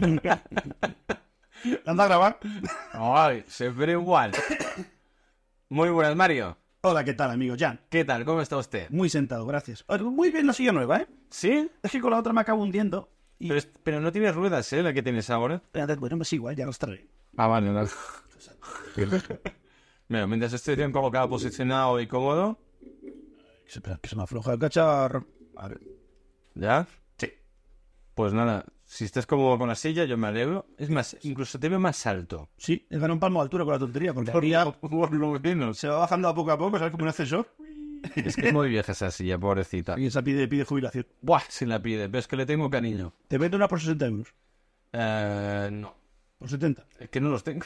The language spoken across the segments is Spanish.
nunca. ¿La anda a grabar? Ay, se ve igual. Muy buenas, Mario. Hola, ¿qué tal, amigo? Jan, ¿Qué tal? ¿Cómo está usted? muy sentado, gracias. Oh, Muy bien la silla nueva, ¿eh? ¿Sí? Es que con la otra me acabo hundiendo. Y... Pero, es- pero no tienes ruedas, ¿eh? La que tienes ahora. Bueno, pues igual, ya los traeré. Ah, vale. No. Mira, mientras estoy bien colocado, posicionado y cómodo, Que se, que se me afloja el cacharro. A ver. ¿ya? Sí. Pues nada, si estás cómodo con la silla, yo me alegro. Es más, incluso te veo más alto. Sí, he ganado un palmo de altura con la tontería, porque ahora Por lo menos. se va bajando a poco a poco, ¿sabes? Como un ascensor. Es que es muy vieja esa silla, pobrecita. Y esa pide, pide jubilación. Buah, si la pide, pero es que le tengo cariño. Te vendo una por 60 euros. Eh, no. Por 70. Es que no los tengo.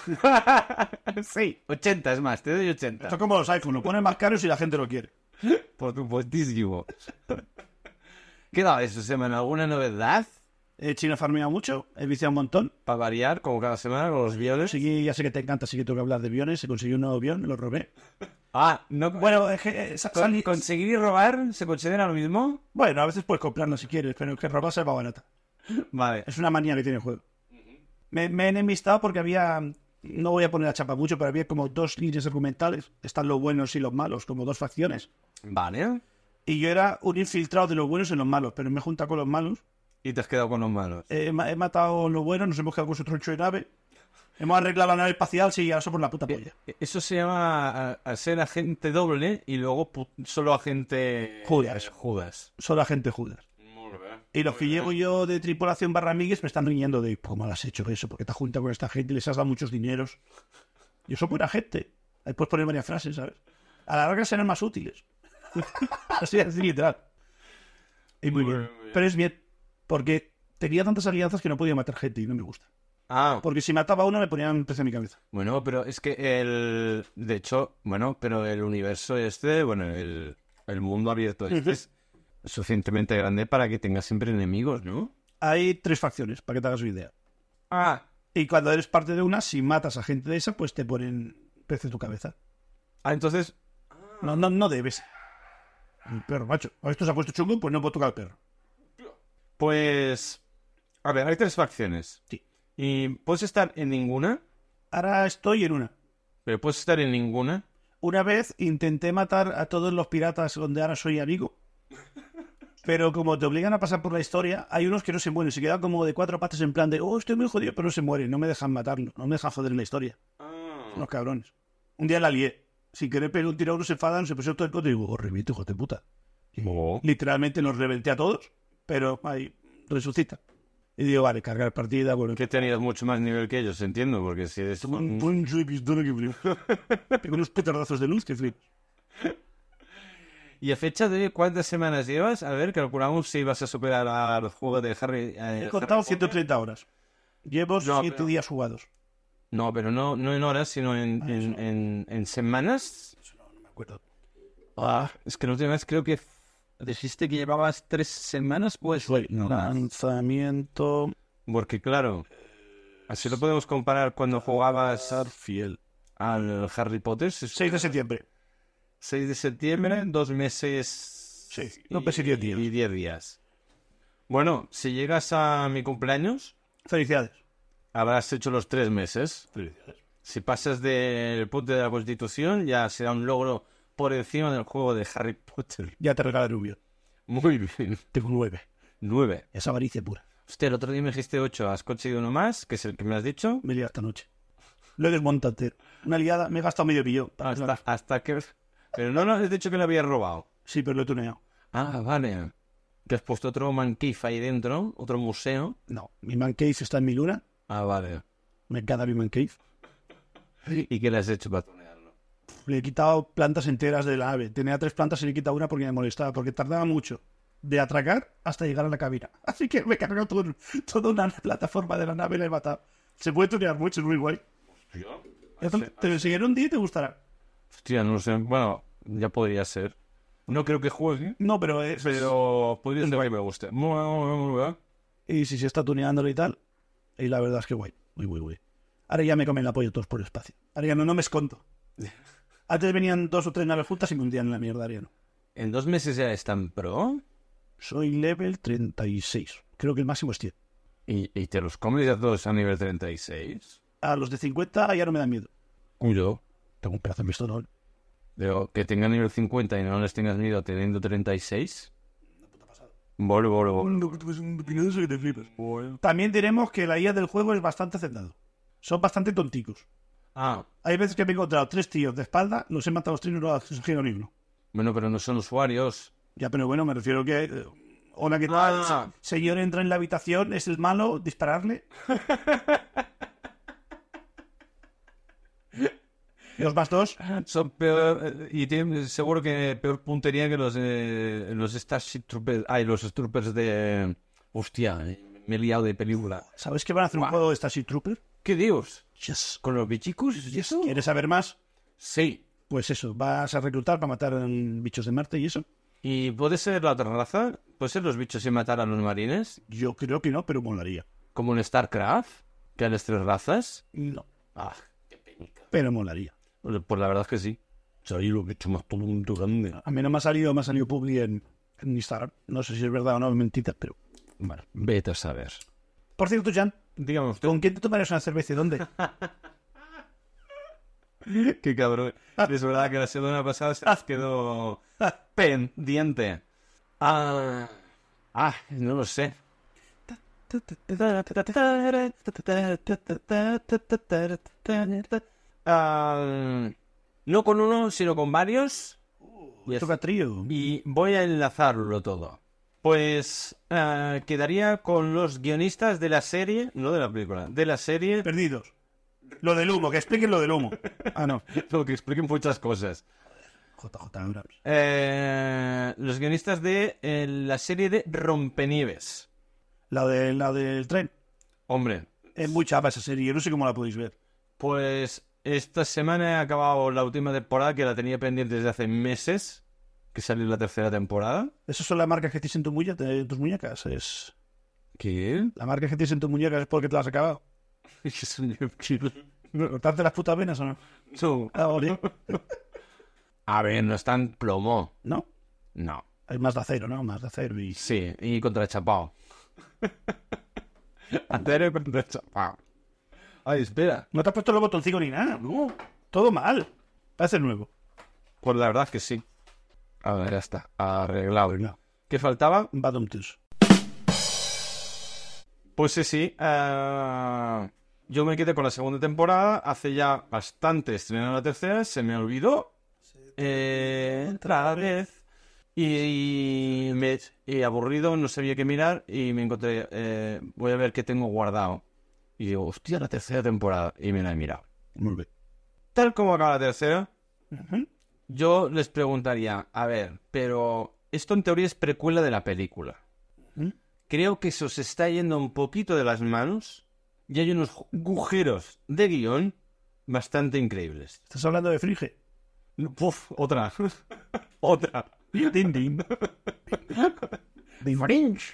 sí, 80 es más, te doy 80. Esto es como los iPhone, lo ponen más caros y la gente lo quiere. Por supuestísimo. ¿Qué tal esta semana? ¿Alguna novedad? Eh, China farmea mucho, he viciado un montón. Para variar, como cada semana, con los violes. Seguí, ya sé que te encanta, así que tengo que hablar de aviones. Se consiguió un nuevo avión, me lo robé. Ah, no. Bueno, Bueno, es que, eh, sa- con- salí- ¿conseguir y robar se considera lo mismo? bueno, a veces puedes comprarlo si quieres, pero que robar se va barata. Vale. Es una manía que tiene el juego. Me, me he enemistado porque había. No voy a poner la chapa mucho, pero había como dos líneas documentales. Están los buenos y los malos, como dos facciones. Vale. Y yo era un infiltrado de los buenos en los malos, pero me he juntado con los malos. Y te has quedado con los malos. Eh, He, ma- he matado a los buenos, nos hemos quedado con su troncho de nave. Hemos arreglado la nave espacial, sí, ahora somos la puta polla. Eso se llama a, a ser agente doble y luego pu- solo agente Judas. eh, Judas. Solo gente Judas. Y los que llevo yo de tripulación barra amigues me están riñendo de ¿cómo lo has hecho eso? Porque te has juntado con esta gente y les has dado muchos dineros. Yo soy buena gente. Ahí puedes poner varias frases, ¿sabes? A la larga serán más útiles. Así es, literal. Y muy, bien. Pero es bien, porque tenía tantas alianzas que no podía matar gente y no me gusta. Ah, Porque si mataba a una me ponían un pez en mi cabeza. Bueno, pero es que el. De hecho, bueno, pero el universo este, bueno, el, el mundo abierto este es suficientemente grande para que tengas siempre enemigos, ¿no? Hay tres facciones, para que te hagas una idea. Ah, Y cuando eres parte de una, si matas a gente de esa, pues te ponen pez en tu cabeza. ah entonces. No, no, no debes. El perro, macho. A esto se ha puesto chungo, pues no puedo tocar al perro. Pues. A ver, hay tres facciones. Sí. Y puedes estar en ninguna, Ahora estoy en una. pero puedes estar en ninguna. Una vez intenté matar a todos los piratas donde ahora soy amigo. Pero como te obligan a pasar por la historia, hay unos que no se mueren. Se quedan como de cuatro patas en plan de, oh, estoy muy jodido, pero no se mueren. No me dejan matarlo. No me dejan joder en la historia. Ah. Los cabrones. Un día la lié. Sin querer pero un tirado, uno se enfadan, se puso todo el coto y digo, oh, reviento, hijo de puta. Oh. Literalmente los reventé a todos, pero ahí resucita. Y digo, vale, cargar partida, bueno, Que tenías mucho más nivel que ellos, entiendo, porque si eres. Un puncho de pistola que flipas. Mm. Con unos petardazos de luz que flipas. ¿Y a fecha de hoy, cuántas semanas llevas? A ver, calculamos si vas a superar al juego de Harry. He contado 130 horas. Llevo No, 7 pero- días jugados. No, pero no, no en horas, sino Ah, en, en, en- en semanas. No me acuerdo. Ah, es que la última vez creo que f- dijiste que llevabas tres semanas, pues. Lanzamiento. Porque claro, así lo podemos comparar cuando jugabas Fiel. al Harry Potter. se- 6 de septiembre. 6 de septiembre, dos meses. Sí, dos meses y diez días. y diez días. Bueno, si llegas a mi cumpleaños, Felicidades. habrás hecho los tres meses. Felicidades. Si pasas del punto de la Constitución, ya será un logro por encima del juego de Harry Potter. Ya te regalaré un bien. Muy bien. Tengo 9. Nueve. Es avaricia pura. Hostia, el otro día me dijiste ocho. Has conseguido uno más, que es el que me has dicho. Me he liado esta noche. Lo he desmontado entero. Una liada. Me he gastado medio billón. Hasta, hasta que... Pero no nos has dicho que lo habías robado. Sí, pero lo he tuneado. Ah, vale. Que has puesto otro manquif ahí dentro, otro museo. No. Mi man cave está en mi luna. Ah, vale. Me encanta mi man cave. ¿Y qué le has hecho para tunearlo? Le he quitado plantas enteras de la ave. Tenía tres plantas y le he quitado una porque me molestaba, porque tardaba mucho de atracar hasta llegar a la cabina. Así que me he cargado todo un- toda una plataforma de la nave y la he matado. Se puede tunear mucho, es muy guay. Ya te- Te lo enseñaré un día y te gustará. Hostia, no sé. Bueno, ya podría ser. No creo que juegue, No, pero es... pero podría ser que Este me guste. Y si se está tuneándolo y tal, y la verdad es que guay. Muy, muy, guay. Ahora ya me comen el apoyo todos por el espacio. Ahora ya no, no me escondo. Antes venían dos o tres naves juntas y me hundían en la mierda, ahora ya no. ¿En dos meses ya es tan pro? Soy level 36. Creo que el máximo es 100. ¿Y, y te los comes ya todos a nivel 36? A los de 50 ya no me da miedo. Cuyo. Tengo un pedazo de pistolón. Digo, que tengan nivel 50 y no les tengas miedo teniendo 36. Bol, bol, bol. También diremos que la IA del juego es bastante acertado. Son bastante tonticos. Ah, Hay veces que me he encontrado tres tíos de espalda, los he matado a los tres y no los he cogido ni uno. bueno, pero no son usuarios. Ya, pero bueno, me refiero que. eh, Hola, ¿qué tal? Ah. Señor, entra en la habitación, es el malo, dispararle. Dos más dos. Son peor. eh, Y tienen seguro que peor puntería que los, eh, los Starship Troopers. Ay, los Troopers de. Hostia, eh, me he liado de película. ¿Sabes que van a hacer un juego de Starship Trooper? ¿Qué dios? Yes. ¿Con los bichicos y eso? ¿Quieres saber más? Sí. Pues eso, vas a reclutar para matar mm, bichos de Marte y eso. ¿Y puede ser la otra raza? ¿Puede ser los bichos y matar a los marines? Yo creo que no, pero molaría. ¿Como en StarCraft? ¿Que las tres razas? No, Ah, pero molaría. pues pues la verdad es que sí. Ah, Soy lo que he hecho más todo el mundo grande. A mí no me ha salido, me ha salido publi en, en Instagram. No sé si es verdad o no, es mentira, pero. Bueno, vete a saber. Por cierto, Jan, Digamos, ¿con quién te tomarías una cerveza y dónde? Qué cabrón. Es verdad que la semana pasada se nos quedó pendiente. Ah, ah, no lo sé. Ah, no con uno, sino con varios. Y Toca trío. y voy a enlazarlo todo. Pues ah, quedaría con los guionistas de la serie, no de la película, de la serie Perdidos. Lo del humo, que expliquen lo del humo. Ah, no. lo que expliquen muchas cosas. JJ Abrams. Eh, los guionistas de eh, la serie de Rompenieves. La, de, la del tren. Hombre, Es muy chapa esa serie, yo no sé cómo la podéis ver. pues esta semana he acabado la última temporada que la tenía pendiente desde hace meses, que salió la tercera temporada. Esas son las marcas que tienes en, tu muñe- en tus muñecas. Es... ¿Qué? La marca que tienes en tus muñecas es porque te las has acabado. ¿Cortarte las putas venas o no? No. Ah, vale. A ver, no es tan plomo. No. No. Hay más de acero, ¿no? Más de acero y... Sí, y contrachapao. Antero y contrachapao. Ay, espera. No te has puesto los botoncitos ni nada. No. Todo mal. Parece nuevo. Pues la verdad es que sí. A ver, ya está. Arreglado. Venga. ¿Qué faltaba? Badum Tus. Pues sí, sí. eh, yo me quedé con la segunda temporada. Hace ya bastante estrenar la tercera. Se me olvidó. Eh, otra vez. Y, y me, y aburrido, no sabía qué mirar. Y me encontré. eh, voy a ver qué tengo guardado. Y digo, hostia, la tercera temporada. Y me la he mirado. Muy bien. Tal como acaba la tercera, Ujú. yo les preguntaría: a ver, pero esto en teoría es precuela de la película ¿Mm? creo que se os está yendo un poquito de las manos y hay unos ju- agujeros de guión bastante increíbles. ¿Estás hablando de Frige? Puf, otra. otra. Din, din. Din, Fringe.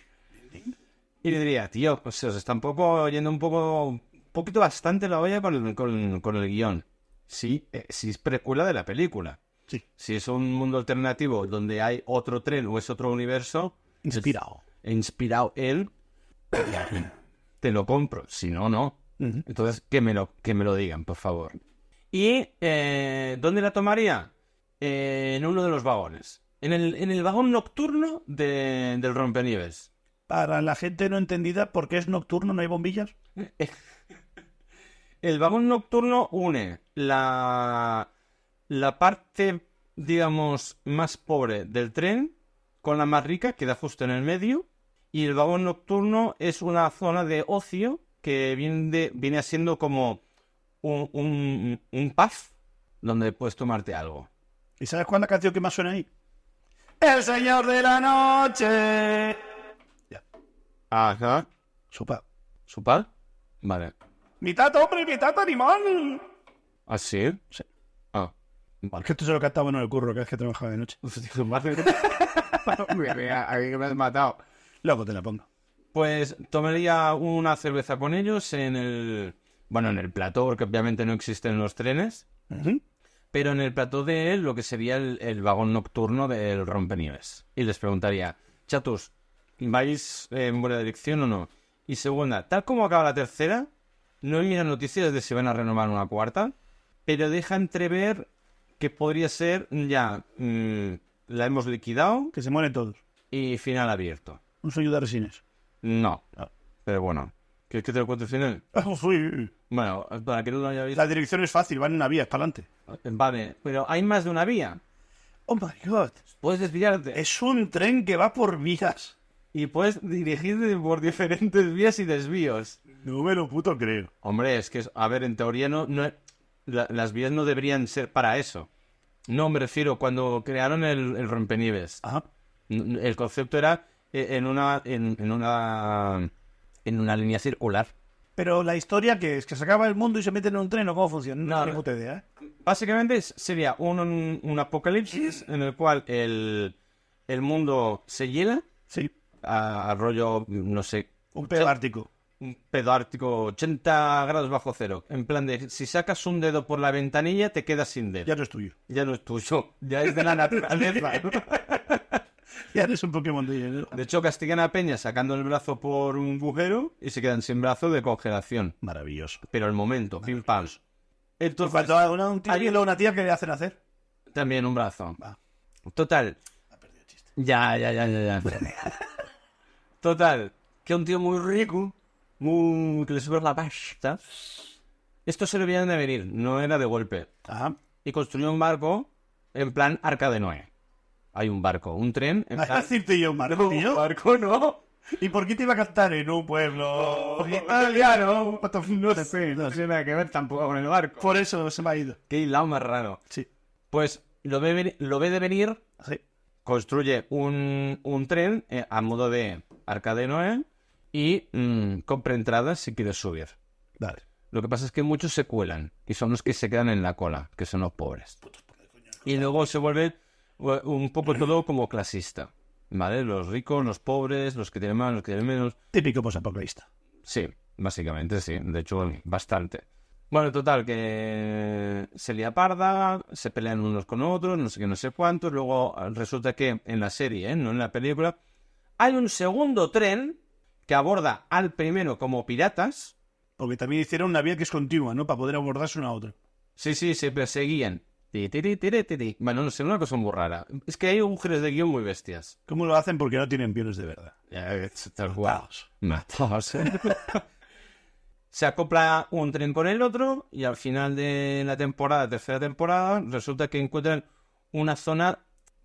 Y le diría, tío, pues se os está un poco yendo un poco, un poquito bastante la olla con el, con, con el guión. Sí, eh, sí es precuela de la película. Sí. Si es un mundo alternativo donde hay otro tren o es otro universo, Inspirado. e inspirado él, te lo compro. Si no, no. Ujú. Entonces, que me lo, que me lo digan, por favor. ¿Y eh, dónde la tomaría? Eh, en uno de los vagones. En el, en el vagón nocturno de- del rompenieves. Para la gente no entendida, ¿por qué es nocturno? ¿No hay bombillas? El vagón nocturno une la, la parte, digamos, más pobre del tren con la más rica, que da justo en el medio. Y el vagón nocturno es una zona de ocio que viene, de- viene siendo como un, un, un pub donde puedes tomarte algo. ¿Y sabes cuál es la canción que más suena ahí? El Señor de la Noche. Ajá. Sopa. ¿Su pal? Vale. Mitad hombre, mitad animal. ¿Ah, sí? Sí. Ah. Es Vale. que esto se lo cantaba en el curro cada vez que trabajaba de noche. a mí que me has matado. Luego te la pongo. Pues tomaría una cerveza con ellos en el. Bueno, en el plató, porque obviamente no existen los trenes. Ujú. Pero en el plató de lo que sería el, el vagón nocturno del Rompenieves. Y les preguntaría, chatos, ¿vais en buena dirección o no? Y segunda, tal como acaba la tercera, no hay noticias de si van a renovar una cuarta, pero deja entrever que podría ser ya mm, la hemos liquidado Que se mueren todos. y final abierto. Un sueño de resines. No. No. Pero bueno. ¿Quieres que te lo cuente el final? Bueno, para que tú lo hayas visto. Ah, La dirección es fácil, van en una vía, es para adelante. Vale, pero hay más de una vía. Oh my god. Puedes desviarte. Es un tren que va por vías. Y puedes dirigirte por diferentes vías y desvíos. No me lo puto creo. Hombre, es que, es- a ver, en teoría no, no la- las vías no deberían ser para eso. No, me refiero, cuando crearon el, el rompenieves, Ajá. n- el concepto era eh, en una, en, en una, en una línea circular. Pero la historia que es que se acaba el mundo y se meten en un tren o cómo funciona. No, No, tengo puta idea. ¿eh? Básicamente es- sería un, un- un apocalipsis en el cual el, el mundo se llena Sí. a, a rollo, no sé, Un pedo ártico. un pedo ártico 80 grados bajo cero. En plan de, si sacas un dedo por la ventanilla, te quedas sin dedo. Ya no es tuyo. Ya no es tuyo, ya es de la naturaleza. Ya eres un Pokémon de hielo. De hecho, castigan a Peña sacando el brazo por un agujero y se quedan sin brazo de congelación. Maravilloso. Pero al momento, pim pam. Por Entonces, cuanto a una, un tío Pues, Alguien- y luego una tía que le hacen hacer. también un brazo. Va. Total. Ya, ya, ya, ya, ya. Total. Que un tío muy rico, muy... que le sube la pasta. Esto se lo veían de venir, no era de golpe. Ajá. Y construyó un barco en plan Arca de Noé. Hay un barco, un tren. En Vas a plan... decirte yo, Marco, Un tío. barco no. ¿Y por qué te iba a cantar en un pueblo? Italiano. What the f- No sé, no sé. tiene nada que ver tampoco con el barco. Por eso se me ha ido. Qué hilado más raro. Sí. Pues lo ve, veni- lo ve de venir, Sí. construye un, un tren eh, a modo de arca de Noé y mm, compra entradas si quiere subir. Vale. Lo que pasa es que muchos se cuelan y son los que se quedan en la cola, que son los pobres. Y luego se vuelve eh, un poco todo como clasista. ¿Vale? Los ricos, los pobres, los que tienen más, los que tienen menos. Típico posapocalista. Sí, básicamente sí. De hecho, bastante. Bueno, total, que se lía parda, se pelean unos con otros, no sé qué, no sé cuántos. Luego eh, resulta que en la serie, ¿eh? no en la película, hay un segundo tren que aborda al primero como piratas. Porque también hicieron una vía que es continua, ¿no? Para poder abordarse una a otra. Sí, sí, se perseguían. Ti, ti, ti, ti, ti, ti, ti. Bueno, no sé, una cosa muy rara. Es que hay agujeros de guión muy bestias. ¿Cómo lo hacen? Porque no tienen piones de verdad. Eh, Tal Mataos. Mataos. Se acopla un tren con el otro y al final de la temporada, tercera temporada, resulta que encuentran una zona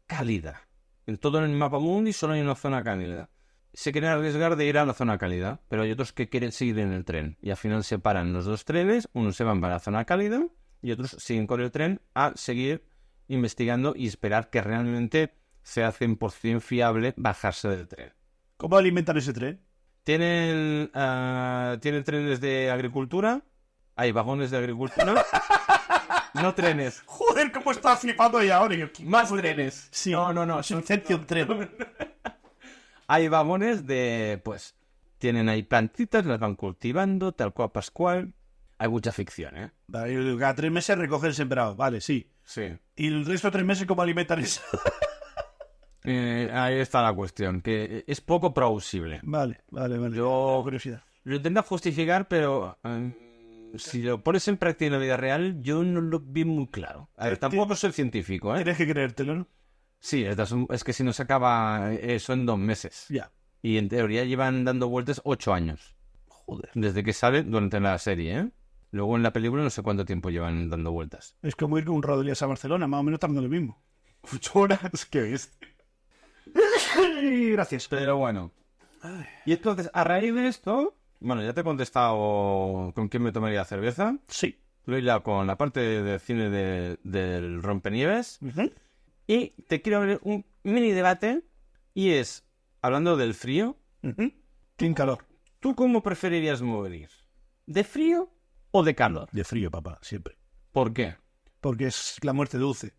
cálida. En todo el mapa mundi solo hay una zona cálida. Se quieren arriesgar de ir a la zona cálida, pero hay otros que quieren seguir en el tren. Y al final se paran los dos trenes, unos se van para la zona cálida y otros siguen con el tren a seguir investigando y esperar que realmente sea 100% fiable bajarse del tren. ¿Cómo alimentan ese tren? Tienen, ah, tienen trenes de agricultura. Hay vagones de agricultura. no trenes. Joder, cómo está flipando ya ahora. Más trenes. Sí. No, no, no. Se incendia un tren. Hay vagones de, pues, tienen ahí plantitas, las van cultivando, tal cual Pascual. Hay mucha ficción, ¿eh? Vale, yo digo, cada tres meses recogen el sembrado. Vale, sí. Sí. ¿Y el resto de tres meses cómo alimentan eso? Eh, ahí está la cuestión, que es poco plausible. Vale, vale, vale. Yo Por curiosidad. lo intento justificar, pero eh, si lo pones en práctica en la vida real, yo no lo vi muy claro. A ver, tampoco soy científico, ¿eh? Tienes que creértelo, ¿no? Sí, es, das un- es que si no se acaba eso en dos meses. Ya. Y en teoría llevan dando vueltas ocho años. Joder. Desde que sale durante la serie, ¿eh? Luego en la película no sé cuánto tiempo llevan dando vueltas. Es como ir con un Rodríguez a Barcelona, más o menos tarda lo mismo. Ocho horas, ¿qué es? Gracias. Pero bueno. Y entonces, a raíz de esto... Bueno, ya te he contestado con quién me tomaría la cerveza. Sí. Lo he hilado con la parte de cine de- del Rompenieves. Ujú. Y te quiero abrir un mini debate. Y es, hablando del frío, Ujú. Tiene calor. ¿Tú cómo preferirías morir? ¿De frío o de calor? De frío, papá, siempre. ¿Por qué? Porque es la muerte dulce.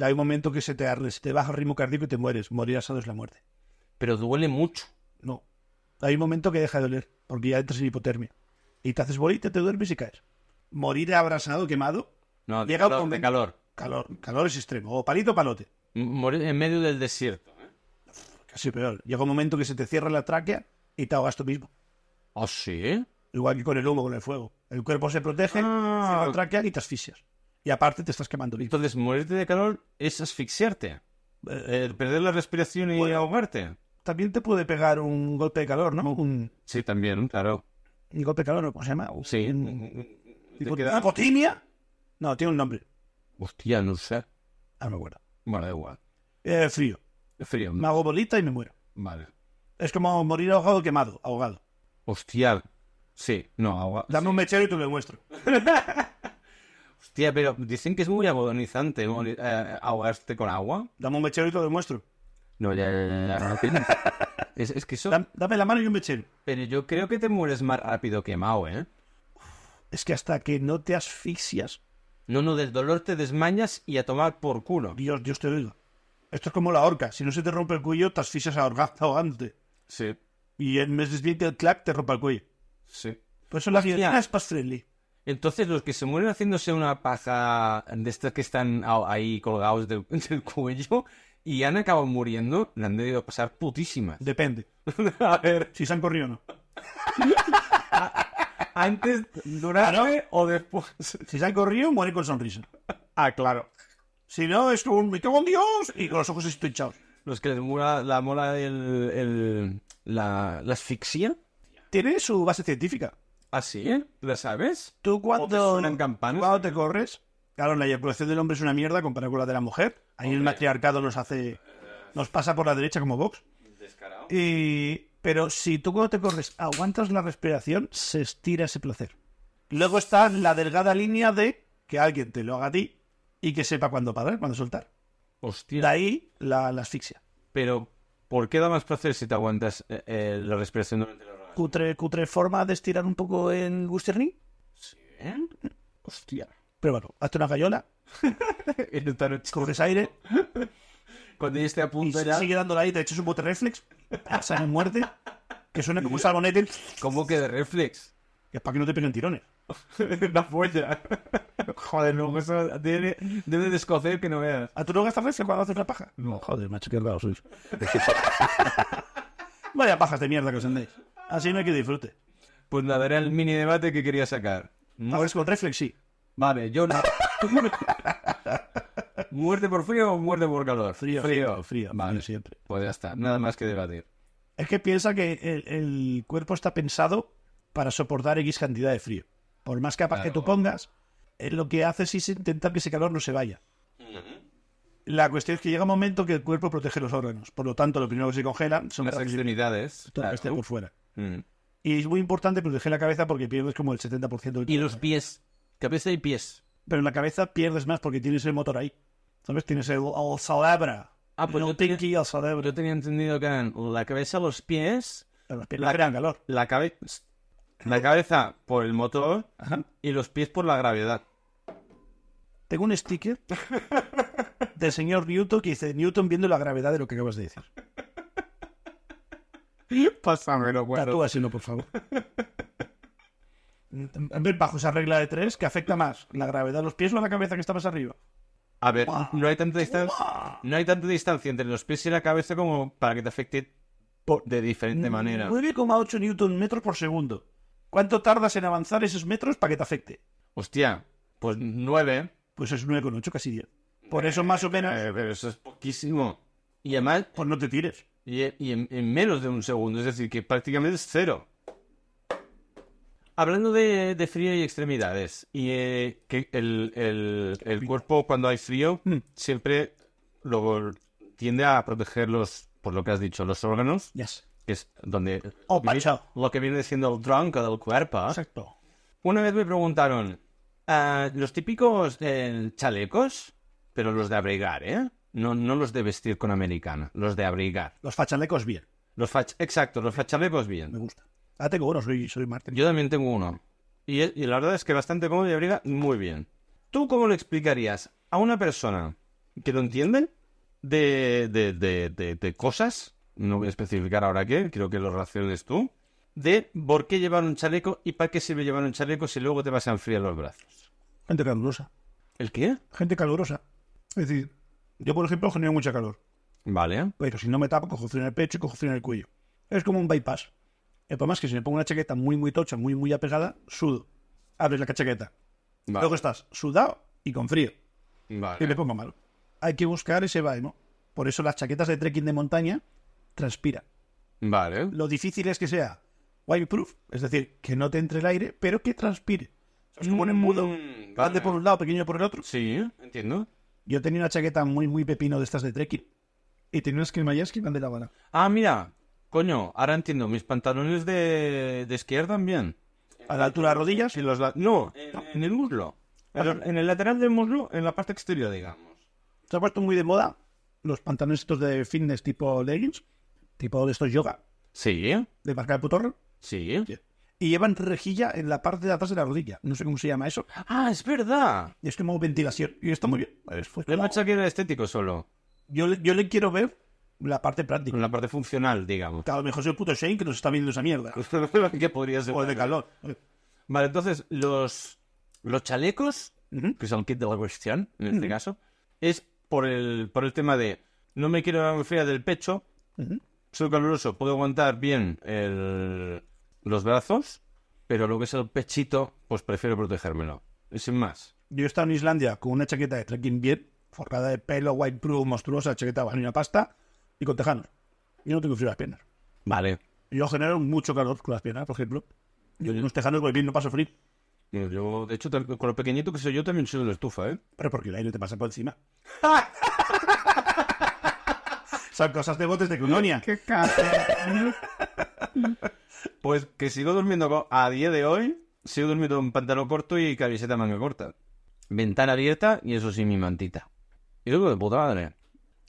Hay un momento que se te, arre- se te baja el ritmo cardíaco y te mueres. Morir asado es la muerte. Pero duele mucho. No. Hay un momento que deja de doler, porque ya entras en hipotermia. Y te haces bolita, te duermes y caes. Morir abrasado, quemado, No, de Llega un calor. de momento- calor. calor. Calor es extremo. O palito o palote. M- Morir en medio del desierto. Casi peor. Llega un momento que se te cierra la tráquea y te ahogas tú mismo. ¿Ah, sí? Igual que con el humo, con el fuego. El cuerpo se protege, Ah. se traquean y te asfixias. Y aparte te estás quemando vivo. Entonces, morirte de calor es asfixiarte. Eh, Eh, perder la respiración y Bueno. ahogarte. también te puede pegar un golpe de calor, Uh. ¿no? Un, Sí, también, claro. un golpe de calor, ¿no? ¿cómo se llama? Un- Sí. un- Te tipo- queda- ¿Hipotimia? No, tiene un nombre. Hostia, no sé. Ah, no me acuerdo. Bueno, da igual. Eh, frío. Frío. Me hago bolita y me muero. Vale. Es como morir ahogado quemado, ahogado. Hostia. Sí, no, agua. Dame un mechero y te lo muestro. Hostia, pero dicen que es muy agudonizante morir- eh, ahogarte con agua. Dame un mechero y te lo demuestro. No, ya, ya, ya, ya. es, es que eso. Dam- Dame la mano y un mechero. Pero yo creo que te mueres más rápido quemado, ¿eh? Es que hasta que no te asfixias, No, no, del dolor te desmañas y a tomar por culo. Dios, Dios te oiga. Esto es como la horca. Si no se te rompe el cuello, te asfixias ahorga- ahogándote. Sí, Y en mes siguiente el clap te rompa el cuello. sí. Por eso la Hostia. guillotina es más friendly. Entonces, los que se mueren haciéndose una paja de estas que están a- ahí colgados del, del cuello y han acabado muriendo, le han debido pasar putísimas. Depende. a ver, Si se han corrido o no. antes, durante o después. Si se han corrido, muere con sonrisa. Ah, claro. Si no, es un me cago en Dios y con los ojos así hinchados. Los que les mola, la mola el, el- la, la asfixia. Tiene su base científica. Así, ¿eh? ¿La sabes? Tú ¿O te cuando, suenan campanas? cuando te corres, claro, la eyaculación del hombre es una mierda comparada con la de la mujer. Ahí el matriarcado nos hace, nos pasa por la derecha como Vox. Descarado. Y, pero si tú cuando te corres aguantas la respiración, se estira ese placer. Luego está la delgada línea de que alguien te lo haga a ti y que sepa cuándo parar, cuándo soltar. Hostia. De ahí la, la asfixia. Pero, ¿por qué da más placer si te aguantas eh, eh, la respiración durante la hora? Cutre, cutre forma de estirar un poco el Gusterny. ¿Eh? Hostia. Pero bueno, hazte una gallola, En esta noche, coges aire Cuando ya esté a y punto si- ya, sigue dándole ahí, te echas un bote reflex, hasta en muerte, que suena como un salmonete, que ¿cómo que de reflex? es para que no te peguen tirones. Una folla. Joder, no, eso tiene, debe descocer que no veas. ¿A tú no gastas reflex cuando haces la paja? No. Joder, macho, qué raro sois. Vaya pajas de mierda que os andéis. Así no hay que disfrute. Pues nada, era el mini debate que quería sacar. A ver, Pues con reflex sí. Vale, yo no. ¿Muerte por frío o muerte por calor? Frío, frío. frío, frío, Vale, frío siempre. pues ya está, nada más que debatir. Es que piensa que el, el cuerpo está pensado para soportar X cantidad de frío. Por más capas que Claro. tú pongas, eh, lo que haces es intentar que ese calor no se vaya. La cuestión es que llega un momento que el cuerpo protege los órganos. Por lo tanto, lo primero que se congela son Las las que extremidades. claro. estén por fuera. Mm. Y es muy importante proteger la cabeza porque pierdes como el 70% del Y los pies. Cabeza y pies. Pero en la cabeza pierdes más porque tienes el motor ahí. ¿Sabes? Tienes el, el cerebro. Ah, pues no yo te tenía- guía el cerebro. Yo tenía entendido que eran la cabeza, los pies, Pero Las piernas crean calor. la cabeza. La cabeza por el motor Ajá. y los pies por la gravedad. Tengo un sticker del señor Newton que dice Newton viendo la gravedad de lo que acabas de decir. Pásamelo, pues. Tatúaselo, por favor. En vez bajo esa regla de tres, que afecta más la gravedad de los pies o la cabeza que está más arriba? A ver, no hay tanta distancia. No hay tanta distancia entre los pies y la cabeza como para que te afecte por- de diferente manera. 9,8 Newton metros por segundo. ¿Cuánto tardas en avanzar esos metros para que te afecte? Hostia, pues nueve. Pues es 9,8, casi 10. Por eso más o menos, Eh, pero eso es poquísimo. Y además, pues no te tires. y, y en, en menos de un segundo, es decir, que prácticamente es cero. Hablando de, de frío y extremidades, y eh, que el, el- el cuerpo cuando hay frío Mm. siempre lo tiende a proteger los, por lo que has dicho, los órganos, Yes. que es donde Oh, macho. lo que viene siendo el tronco del cuerpo. Exacto. Una vez me preguntaron, ah, los típicos eh, chalecos, pero los de abrigar, ¿eh? No, no los de vestir con americana, los de abrigar. Los fachalecos bien, Los fach- Exacto, los fachalecos me bien. gusta. Ah, tengo uno, soy, soy Martín. Yo también tengo uno. Y, es- y la verdad es que bastante cómodo y abriga muy bien. ¿Tú cómo le explicarías a una persona que lo entiende de, de, de- de- de cosas? No voy a especificar ahora qué, creo que lo raciones tú. De por qué llevar un chaleco y para qué sirve llevar un chaleco si luego te vas a enfriar los brazos. Gente calurosa. ¿El qué? Gente calurosa. Es decir, yo por ejemplo genero mucha calor, Vale. pero si no me tapo, cojo frío en el pecho y cojo frío en el cuello. Es como un bypass. El problema es que si me pongo una chaqueta muy, muy tocha, muy, muy apegada, sudo. Abres la chaqueta. Vale. Luego estás sudado y con frío. Vale. Y me pongo malo. Hay que buscar ese vaimo. Por eso las chaquetas de trekking de montaña transpiran. Vale. Lo difícil es que sea wireproof, es decir, que no te entre el aire, pero que transpire. Es como un embudo. Mm, Grande vale. por un lado, pequeño por el otro. Sí, entiendo. Yo tenía una chaqueta muy, muy pepino de estas de trekking. Y tenía unas cremalleras que iban de la Habana. Ah, mira. Coño, ahora entiendo. Mis pantalones de, de esquiar también. A la altura de las rodillas. En los la- No, Eh, en el muslo. Ah. En el- en el lateral del muslo, en la parte exterior, digamos. Se ha puesto muy de moda los pantalones estos de fitness tipo leggings, tipo de estos yoga, Sí, de marca de putorro. sí. Y llevan rejilla en la parte de atrás de la rodilla. No sé cómo se llama eso. Ah, es verdad. Y es como ventilación. Y está muy bien. Es- fue Es como- más chaqueta estético solo. Yo, le- yo le quiero ver la parte práctica. Con la parte funcional, digamos. Que A lo mejor soy el puto Shane que nos está viendo esa mierda. que podría ser. O el de calor. Vale, entonces, los, los chalecos, Ujú. que son kit de la cuestión, en este caso, es por el, por el tema de no me quiero dar fría del pecho, Ujú. soy caluroso, puedo aguantar bien el, los brazos, pero lo que es el pechito, pues prefiero protegérmelo. Y sin más. Yo he estado en Islandia con una chaqueta de trekking bien, forrada de pelo, white proof, monstruosa, chaqueta de una pasta y con tejanos. Yo no tengo frío en las piernas. Vale. Yo genero mucho calor con las piernas, por ejemplo. Yo en los tejanos voy bien, no paso frío. Yo, de hecho, tam- con lo pequeñito que soy yo, también soy de la estufa, ¿eh? Pero porque el aire te pasa por encima. Son cosas de botes de colonia. Pues que sigo durmiendo co- a día de hoy, sigo durmiendo en pantalón corto y camiseta manga corta. Ventana abierta y eso sí, mi mantita. Y luego de puta madre.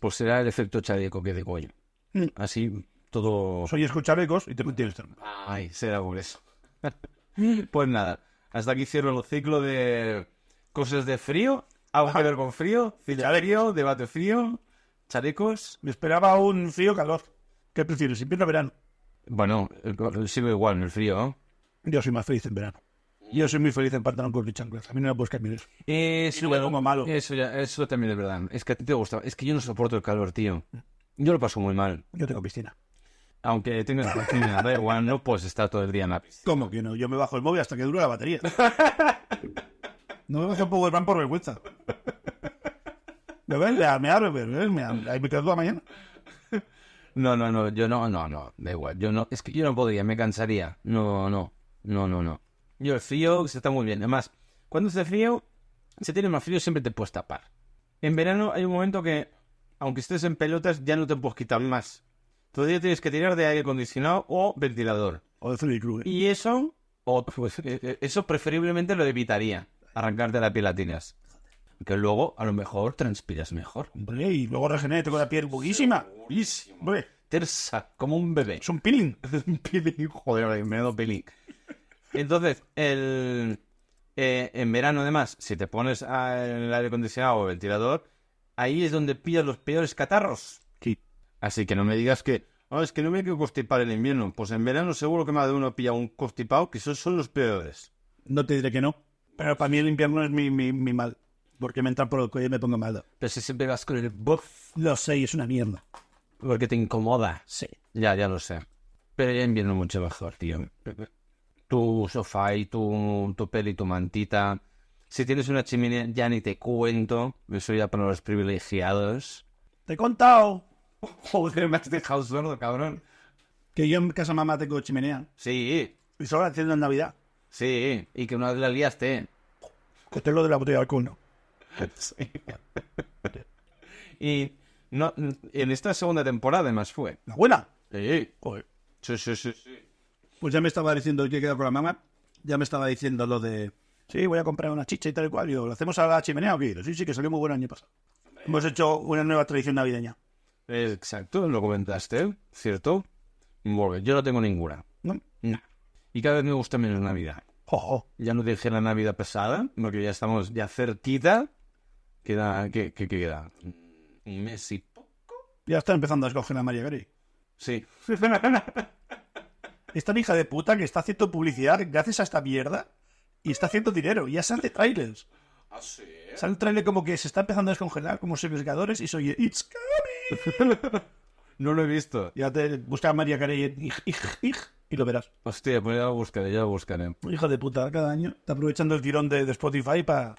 Pues será el efecto chaleco que digo yo. Mm. Así todo. Soy escuchabecos y te mantienes termo. Ay, será por eso. pues nada, hasta aquí cierro el ciclo de cosas de frío, algo que ver con frío, cine frío, debate frío, chalecos. Me esperaba un frío calor. ¿Qué prefieres, invierno o verano? Bueno, el- el- sigo igual en el frío, ¿no? Yo soy más feliz en verano. Yo soy muy feliz en pantalón corto y chanclas. A mí no me puedes cambiar eso. Eso, luego como malo. Eso, ya, eso también es verdad. Es que a ti te gusta. Es que yo no soporto el calor, tío. Yo lo paso muy mal. Yo tengo piscina. Aunque tengas la piscina, da igual, no puedes estar todo el día en la piscina. ¿Cómo que no? Yo me bajo el móvil hasta que dura la batería. No me bajo el powerbank por vergüenza. ¿Me ves? Me, me abro, me, me, abro. ahí me quedo toda la mañana. No, no, no, yo no, no, no, da igual. Yo no, es que yo no podría, me cansaría. No, no, no, no, no. Yo el frío se está muy bien. Además, cuando hace frío, si tienes más frío siempre te puedes tapar. En verano hay un momento que, aunque estés en pelotas, ya no te puedes quitar más. Todavía tienes que tirar de aire acondicionado o ventilador. O de Freddy Krueger. Y eso, o, pues, eh, eh, eso preferiblemente lo evitaría. Arrancarte la piel a tiras. Que luego a lo mejor transpiras mejor. Hombre, y luego regeneré, tengo la piel buguísima. Purísimo. Hombre, Tersa, como un bebé. es un peeling. Un peeling, joder, menudo peeling. Entonces, el, eh, en verano además, si te pones a- el aire acondicionado o ventilador, ahí es donde pillas los peores catarros. Sí. Así que no me digas que, "Ah, es que no me quiero constipar en invierno. Pues en verano seguro que más de uno pilla un constipado, que esos son los peores. No te diré que no. Pero para mí el invierno es mi, mi, mi mal. Porque me entra por el cuello y me pongo malo. Pero si siempre vas con el buff, Lo sé, y es una mierda. porque te incomoda. Sí. Ya, ya lo sé. Pero ya invierno mucho mejor, tío. Tu sofá y tu, tu peli y tu mantita. Si tienes una chimenea, ya ni te cuento. Eso ya para los privilegiados. Te he contado Joder, me has dejado sordo, cabrón. que yo en casa mamá tengo chimenea. Sí, Y solo la enciendo en Navidad. sí. Y que una vez la liaste. Que te lo de la botella de alcohol, no. Y no, en esta segunda temporada, además, fue. La buena. Sí, Joder. sí, sí. sí, sí. Pues ya me estaba diciendo, yo he quedado con la mamá, ya me estaba diciendo lo de, sí, voy a comprar una chicha y tal y cual. Y yo, ¿lo hacemos a la chimenea o qué? Y yo, sí, sí, que salió muy bueno el año pasado. Hemos hecho una nueva tradición navideña. Exacto, lo comentaste, ¿cierto? Bueno, yo no tengo ninguna. ¿No? No. Y cada vez me gusta menos Navidad. Ojo, Ya no dije la Navidad pesada, porque ya estamos ya cerquita. Queda, ¿qué, qué queda? Un mes y poco. ya está empezando a escoger a María Carey. Sí. Esta hija de puta que está haciendo publicidad gracias a esta mierda y está haciendo dinero, ya se hace trailers. ¿Ah, sí? Sale un trailer como que se está empezando a descongelar como serviciadores y soy It's coming. No lo he visto. Ya te busca a María Carey en Ig, Ig, Ig. y lo verás. Hostia, pues ya lo buscaré, ya lo buscaré. Hijo de puta, cada año está aprovechando el tirón de, de Spotify para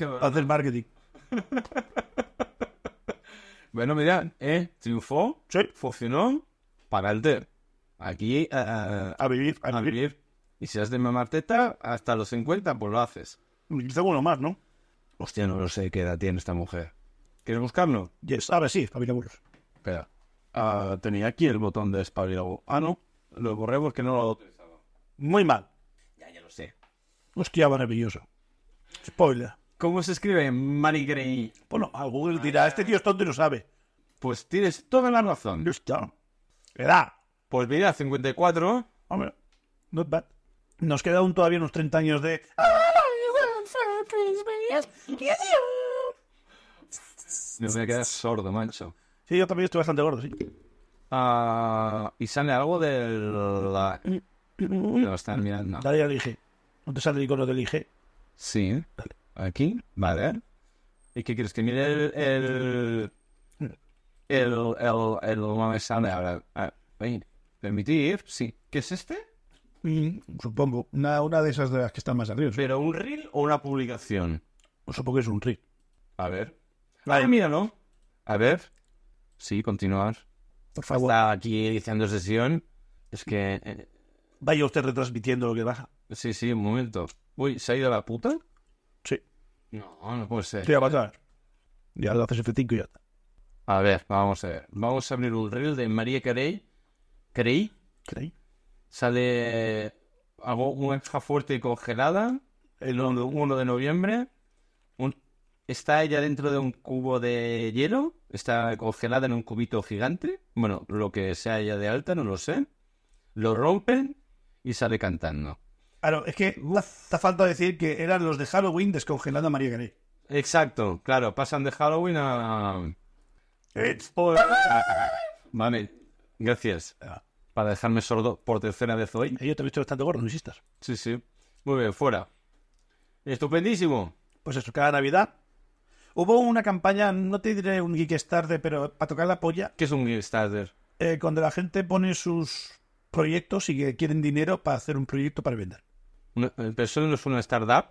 Ah, hacer marketing. Bueno, mira, eh, triunfó, Sí, funcionó, para el Aquí, a, a vivir, a, a vivir. vivir. Y si has de mamar teta hasta los 50, pues lo haces. Quizá uno más, ¿no? Hostia, no lo sé qué edad tiene esta mujer. ¿Quieres buscarlo? Yes. A ver, sí, para abuelos. Espera. Ah, tenía aquí el botón de espabilado. Ah, no. Lo borré porque no lo Muy mal. Ya, ya lo sé. Hostia, maravilloso. Spoiler. ¿Cómo se escribe Mary Gray? Bueno, a Google dirá, este tío es tonto y no sabe. Pues tienes toda la razón. Listo. Edad. Pues mira, 54. Hombre, not bad. Nos queda aún todavía unos 30 años de... "Ah, Me voy a quedar sordo, mancho. Sí, yo también estoy bastante gordo, sí. Ah, y sale algo del... la- Lo están mirando. Dale al IG. No te sale el icono del IG. Sí. Aquí. Vale. ¿Y qué quieres? Que mire el... El... El... El... el- no me sale ahora. Ah, wait. Permitir. Sí. ¿Qué es este? Mm, supongo. Una, una de esas de las que están más arriba. ¿Pero un reel o una publicación? Supongo que es un reel. A ver. Vale. Ah, míralo. A ver. Sí, continuar. Por favor. Está aquí iniciando sesión. Es que... eh, Vaya usted retransmitiendo lo que baja. Sí, sí, un momento. Uy, ¿se ha ido la puta? Sí. No, no puede ser. Sí, a pasar. Ya lo haces F5 y ya está. A ver, vamos a ver. Vamos a abrir un reel de María Carey. Carey. ¿Creí? Sale algo, una caja fuerte y congelada. El 1 de noviembre. Un- Está ella dentro de un cubo de hielo. Está congelada en un cubito gigante. Bueno, lo que sea ella de alta, no lo sé. Lo rompen y sale cantando. Claro, es que está falta decir que eran los de Halloween descongelando a María Carey. Exacto, claro, pasan de Halloween a... Ah, Vale, gracias. Ah. Para dejarme sordo por tercera vez hoy. Yo también estoy bastante gordo, no insistas. Sí, sí. Muy bien, fuera. Estupendísimo. Pues eso, cada Navidad. Hubo una campaña, no te diré un Kickstarter, pero para tocar la polla, ¿Qué es un Kickstarter? eh, cuando la gente pone sus proyectos y que quieren dinero para hacer un proyecto para vender. Una- eh, ¿Pero eso no es una startup?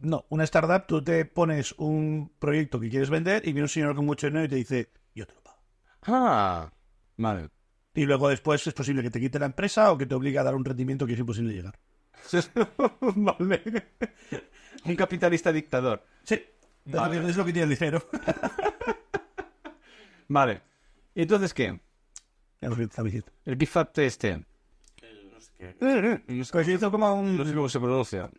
No, una startup, tú te pones un proyecto que quieres vender y viene un señor con mucho dinero y te dice, yo te lo pago. Ah, vale. Y luego después es posible que te quite la empresa o que te obligue a dar un rendimiento que es imposible llegar. vale. Un capitalista dictador. Sí, Vale. es lo que tiene el dinero. Vale. ¿Y entonces qué? Ya lo estaba diciendo. El Kickstarter este. Eh, No sé- Pues se hizo como no un, sé cómo se pronuncia.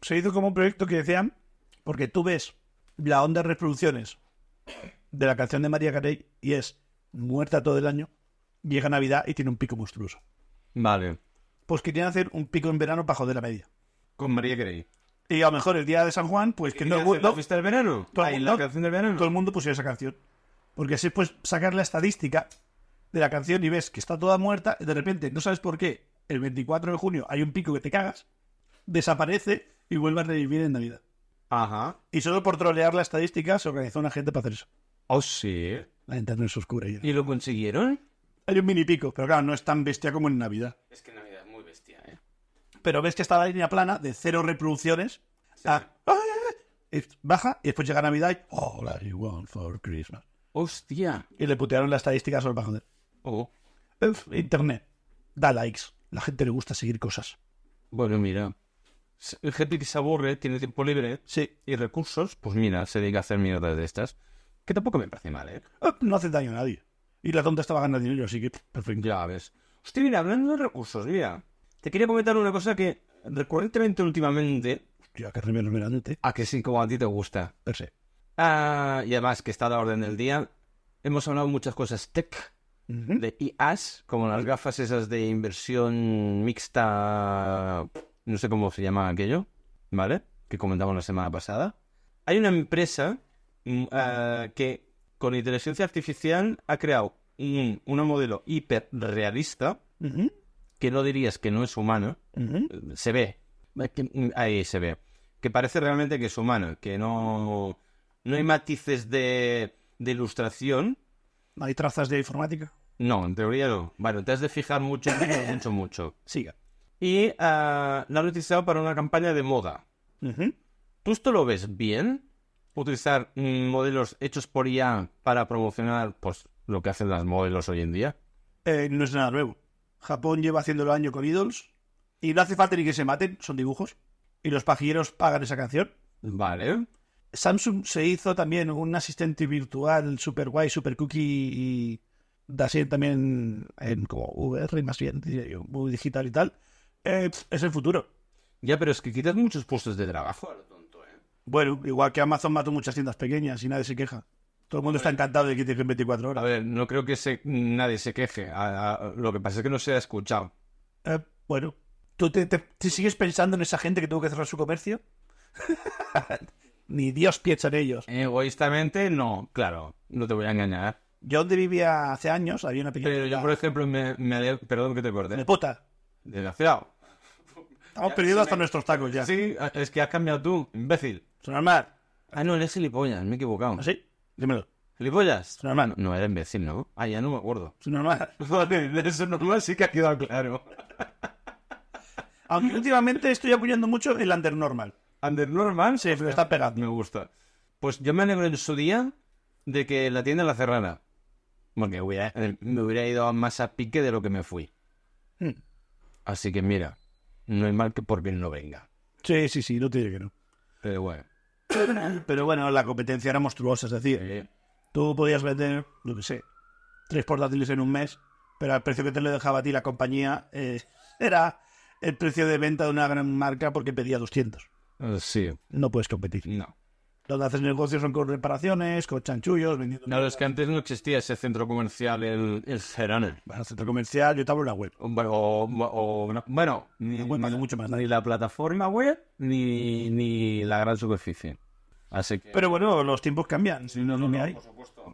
se hizo como un proyecto que decían, porque tú ves la onda de reproducciones de la canción de María Carey y es muerta todo el año, llega Navidad y tiene un pico monstruoso. Vale. Pues querían hacer un pico en verano para joder la media. Con María Carey. Y a lo mejor el día de San Juan, pues que no, ¿Quieres hacer la no- fiesta del verano? Todo- Ahí, la no. canción del verano. todo el mundo pusiera esa canción. Porque así puedes sacar la estadística de la canción y ves que está toda muerta, y de repente no sabes por qué, el 24 de junio hay un pico que te cagas, desaparece y vuelve a revivir en Navidad. Ajá. Y solo por trolear la estadística se organizó una gente para hacer eso. Oh, sí. La internet es oscura. ya. ¿Y lo consiguieron? Hay un mini pico, pero claro, no es tan bestia como en Navidad. Es que Navidad es muy bestia, ¿eh? Pero ves que está la línea plana de cero reproducciones a... Es- Baja y después llega Navidad y... All I want for Christmas. Hostia. Y le putearon la estadística solo para joder. Oh. Uf, Internet. Da likes. La gente le gusta seguir cosas. Bueno, mira. S- Gente que se aburre, tiene tiempo libre Sí. y recursos, pues mira, se dedica a hacer mierdas de estas. Que tampoco me parece mal, ¿eh? Uf, No hace daño a nadie. Y la tonta estaba ganando dinero, así que pff, perfecto. Ya ves. Hostia, mira, hablando de recursos, mira. Te quería comentar una cosa que recurrentemente últimamente, Ya que remedio meramente, a que sí, como a ti te gusta, ¿eh? per se. Ah, y además que está a la orden del día. Hemos hablado muchas cosas tech, Ujú. de IAS, como las gafas esas de inversión mixta, no sé cómo se llama aquello, ¿vale? Que comentamos la semana pasada. Hay una empresa mm, ah, que con inteligencia artificial ha creado un, un modelo hiperrealista, Ujú, que no dirías que no es humano, ujú. se ve. Es que, mm, Ahí se ve. Que parece realmente que es humano, que no, no hay matices de, de ilustración. ¿Hay trazas de informática? No, en teoría no. Bueno, te has de fijar mucho, mucho, mucho, mucho. Siga. Y eh, la han utilizado para una campaña de moda. Ujú. ¿Tú esto lo ves bien? Utilizar mm, modelos hechos por IA para promocionar pues, lo que hacen las modelos hoy en día. Eh, no es nada nuevo. Japón lleva haciéndolo año con Idols. Y no hace falta ni que se maten, son dibujos. Y los pajilleros pagan esa canción. Vale. Samsung se hizo también un asistente virtual super guay, super cookie y así también en como VR más bien, diría yo, muy digital y tal. Eh, es el futuro. Ya, pero es que quitas muchos puestos de trabajo a lo tonto, ¿eh? Bueno, igual que Amazon mató muchas tiendas pequeñas y nadie se queja. Todo el mundo está encantado de que te dejen 24 A horas. ver, no creo que se- nadie se queje. A- a- lo que pasa es que no se ha escuchado. Eh, bueno, ¿tú te, te- te sigues pensando en esa gente que tuvo que cerrar su comercio? Ni Dios piensa en ellos. Egoístamente, no, claro, no te voy a engañar. Yo donde vivía hace años había una pequeña... Pero yo, por ejemplo, me, me ale- Perdón que te ¡Me corte. puta! Desgraciado. Estamos Ya, perdidos sí, hasta me- nuestros tacos ya. Sí, es que has cambiado tú, imbécil. Son normal. Ah, no, eres gilipollas, me he equivocado. ¿Así? Ah, Dímelo. ¿Gilipollas? Son normal. No, era imbécil, ¿no? Ah, ya no me acuerdo. Son normal. Vale, eso normal sí que ha quedado claro. Aunque últimamente estoy apoyando mucho el under normal. Under normal Sí, pero está pegando. Me gusta. Pues yo me alegro en su día de que la tienda la cerrara. Porque hubiera- eh, me hubiera ido más a pique de lo que me fui. Hmm. Así que mira, no hay mal que por bien no venga. Sí, sí, sí, no te digo que no. Pero bueno. Pero bueno, la competencia era monstruosa. Es decir, eh, tú podías vender, yo qué sé, tres portátiles en un mes, pero al precio que te lo dejaba a ti la compañía eh, era el precio de venta de una gran marca porque pedía 200. eh, sí, No puedes competir. no. Donde haces negocios son con reparaciones, con chanchullos, vendiendo... No, es que antes no existía ese centro comercial, el, el Cerón. Vas al centro comercial, yo te abro una web. O, o- o- no- bueno, ni, Una web vale mucho más. ni la plataforma web ni, ni la gran superficie. Así que. Pero bueno, los tiempos cambian. Si no, no, me hay.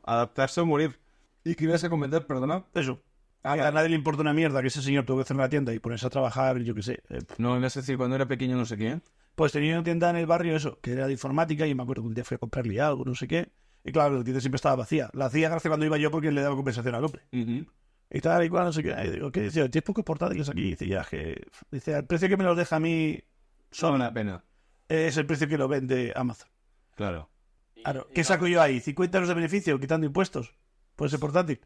Adaptarse o morir. ¿Y qué ibas a comentar? Perdona. Eso. Ah, A nadie le importa una mierda que ese señor tuvo que cerrar la tienda y ponerse a trabajar, yo qué sé. eh, No, ibas a decir cuando era pequeño no sé qué. Pues tenía una tienda en el barrio, eso, que era de informática, y me acuerdo que un día fui a comprarle algo, no sé qué. Y claro, la tienda siempre estaba vacía. La hacía gracia cuando iba yo porque le daba compensación al hombre. Y tal, igual, no sé qué. Y digo, ¿qué dice? ¿Tienes pocos portátiles aquí? dice, ya, que. Dice, el precio que me los deja a mí Son una pena. es el precio que lo vende Amazon. Claro. Claro, ¿qué saco yo ahí? ¿50 euros de beneficio quitando impuestos por ese portátil?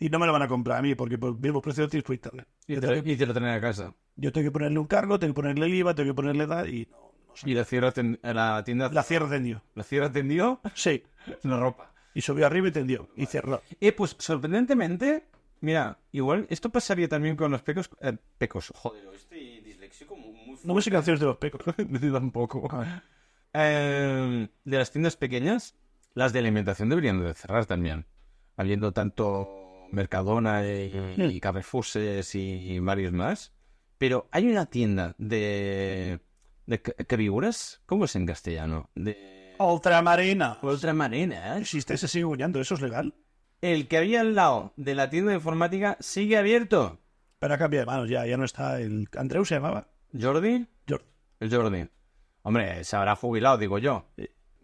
Y no me lo van a comprar a mí porque por el mismo precio lo tienes por internet. Y te, y te lo tenés a casa. Yo tengo que ponerle un cargo, tengo que ponerle el IVA, tengo que ponerle edad y no, no sé. Y la cierra ten- la tienda. La cierra tendió. La cierra tendió Sí. la ropa. Y subió arriba y tendió. Y cerró. Eh, pues sorprendentemente. Mira, igual esto pasaría también con los pecos. eh, pecos, joder. Estoy disléxico muy, No me sé canciones de los pecos. Yo tampoco. Eh, de las tiendas pequeñas, las de alimentación deberían de cerrar también. Habiendo tanto Mercadona y, y Carrefourses y, varios más. Pero hay una tienda de, de ca- cabiguras, ¿cómo es en castellano? De Ultramarina. ¿eh? ultramarinas. Existe, se sigue guiando, eso es legal. El que había al lado de la tienda de informática sigue abierto. Pero ha cambiado de manos ya, ya no está el. Andreu se llamaba. Jordi, Jordi. el Jordi. Hombre, se habrá jubilado, digo yo.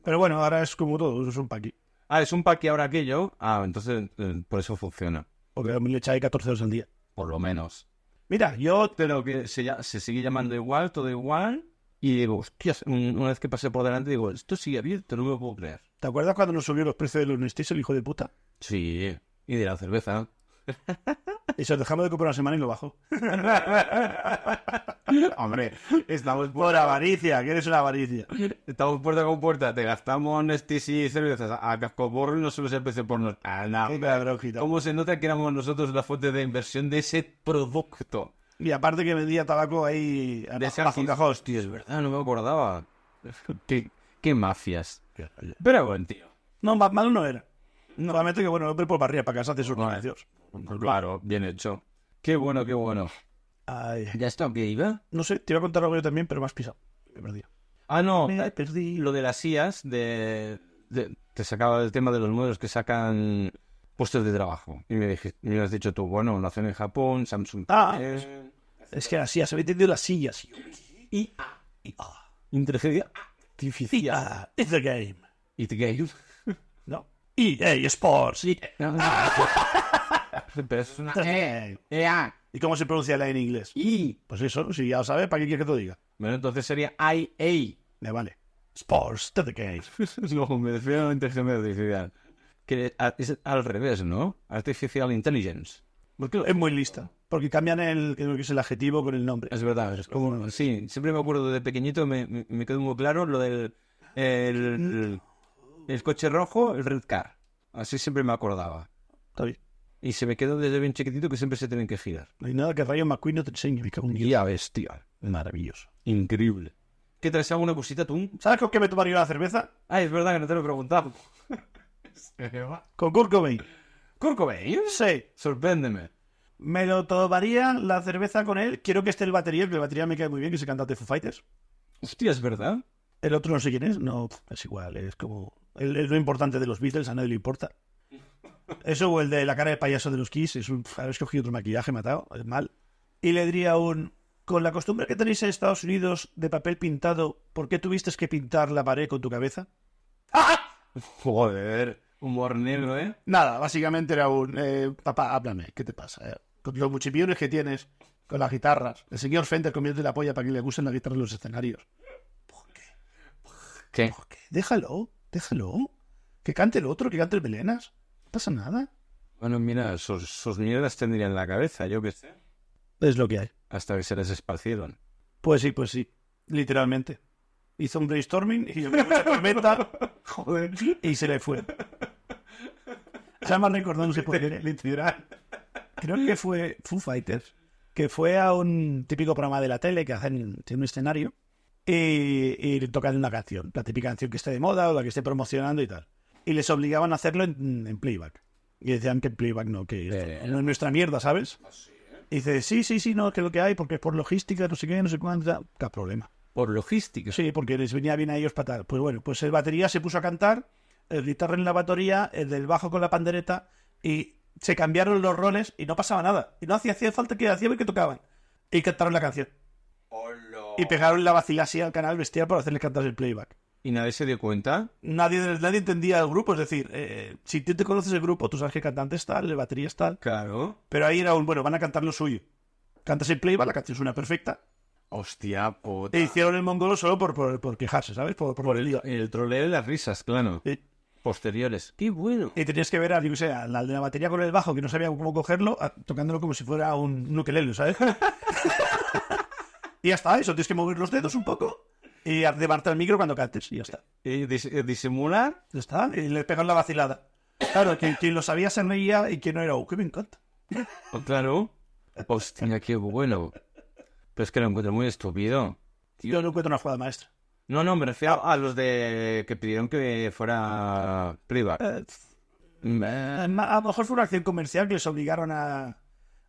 Pero bueno, ahora es como todo, es un paqui. Ah, es un parque ahora aquello. Ah, entonces eh, por eso funciona. Porque le echáis 14 euros al día. Por lo menos. Mira, yo. Pero que se, ya- se sigue llamando igual, todo igual. Y digo, hostias, un- una vez que pasé por delante, digo, esto sigue abierto, no me lo puedo creer. ¿Te acuerdas cuando nos subió los precios de los Nestés, el hijo de puta? Sí, y de la cerveza. Y se los dejamos de comprar una semana y lo bajó. Hombre, estamos por, Por avaricia, que eres una avaricia. estamos puerta con puerta, te gastamos Nestis y cervezas a cascoporro y no subes el precio por nos. Ah, no. Qué cabronjita. ¿Cómo se nota que éramos nosotros la fuente de inversión de ese producto? Y aparte que vendía tabaco ahí. a- De a- ese bajo artista. cajón, tío, es Ah, no me acordaba. qué, qué mafias. verdad. Pero bueno, tío. No, más malo no era. Normalmente que bueno, el hombre por barría para casa hace sus Vale. negocios. Claro, bien hecho. Qué bueno, qué bueno. Ay. ¿Ya está que iba? No sé, te iba a contar algo yo también, pero me has pisado. Me he perdido. Ah, no. Me perdí. Lo de las IAS, de, de- te sacaba el tema de los modelos que sacan puestos de trabajo. Y me, dijiste, me has dicho tú, bueno, nación en Japón, Samsung. Ah. eh, Es que así, se había entendido las sillas. y Ah, inteligencia artificial. ah, it's the game. "E Y te caes. No. EA Sports. y- Pero eso es una E, E-A, ¿Y cómo se pronuncia la en inglés? I. Pues eso, si ya lo sabes, ¿para qué quieres que te lo diga? Bueno, entonces sería I-A. Me vale. Sports to the game. No, me refiero a la inteligencia artificial. Que a- es al revés, ¿no? Artificial Intelligence. ¿Por qué lo- Es muy lista. Porque cambian el, creo que es el adjetivo con el nombre. Es verdad, es como... Sí, siempre me acuerdo de pequeñito, me, me- me quedó muy claro lo del... El, el coche rojo, el red car. Así siempre me acordaba. Está bien. Y se me quedó desde bien chiquitito que siempre se tienen que girar. No hay nada que Rayo McQueen no te enseñe. Me cago en Dios. Ya ves, tío. Maravilloso. Increíble. ¿Qué traes alguna cosita tú? ¿Sabes con qué me tomaría la cerveza? Ah, es verdad que no te lo he preguntado. Con Kurt Cobain. Kurt Cobain. Sí. Sorpréndeme. Me lo tomaría la cerveza con él. Quiero que esté el batería, porque el batería me cae muy bien, que se canta de Foo Fighters. Hostia, es verdad. El otro no sé quién es. No, pf, es igual. Es como... el- Es lo importante de los Beatles, a nadie le importa. Eso o el de la cara de payaso de los Kiss. Es un... pf, Habéis cogido otro maquillaje, matado. Es mal. Y le diría un... Con la costumbre que tenéis en Estados Unidos de papel pintado, ¿por qué tuviste que pintar la pared con tu cabeza? Joder. Humor negro, ¿eh? Nada, básicamente era un... eh, papá, háblame, ¿qué te pasa? eh? Con los muchipiones que tienes, con las guitarras. El señor Fender comiéndote la polla para que le gusten las guitarras en los escenarios. ¿Qué? ¿Por qué? Déjalo, déjalo. Que cante el otro, que cante el Melenas. No pasa nada. Bueno, mira, sus, sus mierdas tendrían la cabeza, yo qué sé. Es lo que hay. Hasta que se les esparcieron. Pues sí, pues sí. Literalmente. Hizo un brainstorming y yo me puse tormenta. Joder. Y se le fue. Ya me recordó, no sé por qué. Literal. Creo que fue Foo Fighters. Que fue a un típico programa de la tele que hacen tiene un escenario y, y le tocan una canción. La típica canción que esté de moda o la que esté promocionando y tal. Y les obligaban a hacerlo en, en playback. Y decían que playback no, que esto no es nuestra mierda, ¿sabes? Y dice, Eh. Ah, sí, ¿eh? sí, sí, no, que lo que hay, porque es por logística, no sé qué, no sé cuánto, tal. qué problema. Por logística. Sí, porque les venía bien a ellos para tal. Pues bueno, pues el batería se puso a cantar, el guitarra en la batería, el del bajo con la pandereta, y se cambiaron los roles y no pasaba nada. Y no hacía, hacía falta que hacían y que tocaban. Y cantaron la canción. Y pegaron la vacilasia al canal bestial para hacerles cantar el playback. ¿Y nadie se dio cuenta? Nadie, nadie entendía el grupo, es decir, eh, si tú te conoces el grupo, tú sabes que el cantante es tal, el batería es tal, Claro. pero ahí era un, bueno, van a cantar lo suyo. Cantas el playback, la canción suena perfecta, Hostia puta. E hicieron el mongolo solo por, por, por quejarse, ¿sabes? Por, por, el lío. Eh, El troleo de las risas, claro. Sí. Posteriores. ¡Qué bueno! Y tenías que ver a, yo qué sé, al al de la batería con el bajo, que no sabía cómo cogerlo, a- tocándolo como si fuera un un ukelele, ¿sabes? y ya está, eso, tienes que mover los dedos un poco y arrebarte el micro cuando cantes, y ya está. Y dis- eh, disimular. Ya está, y le pegan la vacilada. Claro, quien, quien lo sabía se reía y quien no era, ¡uh, que me encanta! Oh, claro. Hostia, qué bueno. Pero es que lo encuentro muy estúpido. Yo no encuentro una jugada maestra. No, no, me refiero a los de que pidieron que fuera privada. Eh, Además, A lo mejor fue una acción comercial que les obligaron a,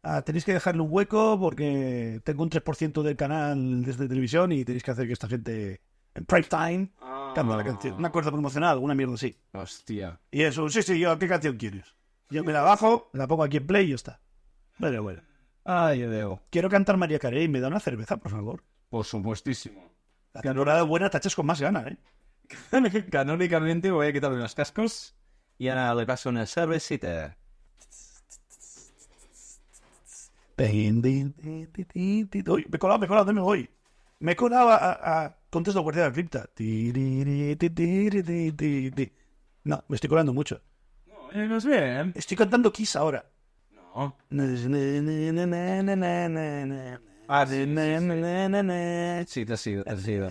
a tenéis que dejarle un hueco porque tengo un 3% del canal desde televisión y tenéis que hacer que esta gente en prime time cante Ah. la canción. Una cosa promocional, alguna mierda así. Hostia. Y eso, sí, sí, yo, ¿qué canción quieres? Yo me la bajo, la pongo aquí en play y ya está. Pero bueno. Ay, Deo. Quiero cantar María Carey y me da una cerveza, por favor. Por supuestísimo. La cantora buena tachas con más ganas, ¿eh? Canónicamente voy a quitarme los cascos y ahora le paso una cervecita. Uy, me he colado, me he colado, ¿dónde me voy? Me he colado a, a, a Contes de Guardia de la Cripta. Tiriririririririri. No, me estoy colando mucho. No, eh, no es bien. Estoy cantando Kiss ahora. No. Ah, sí, Uh, Sí, te ha sido, te ha sido.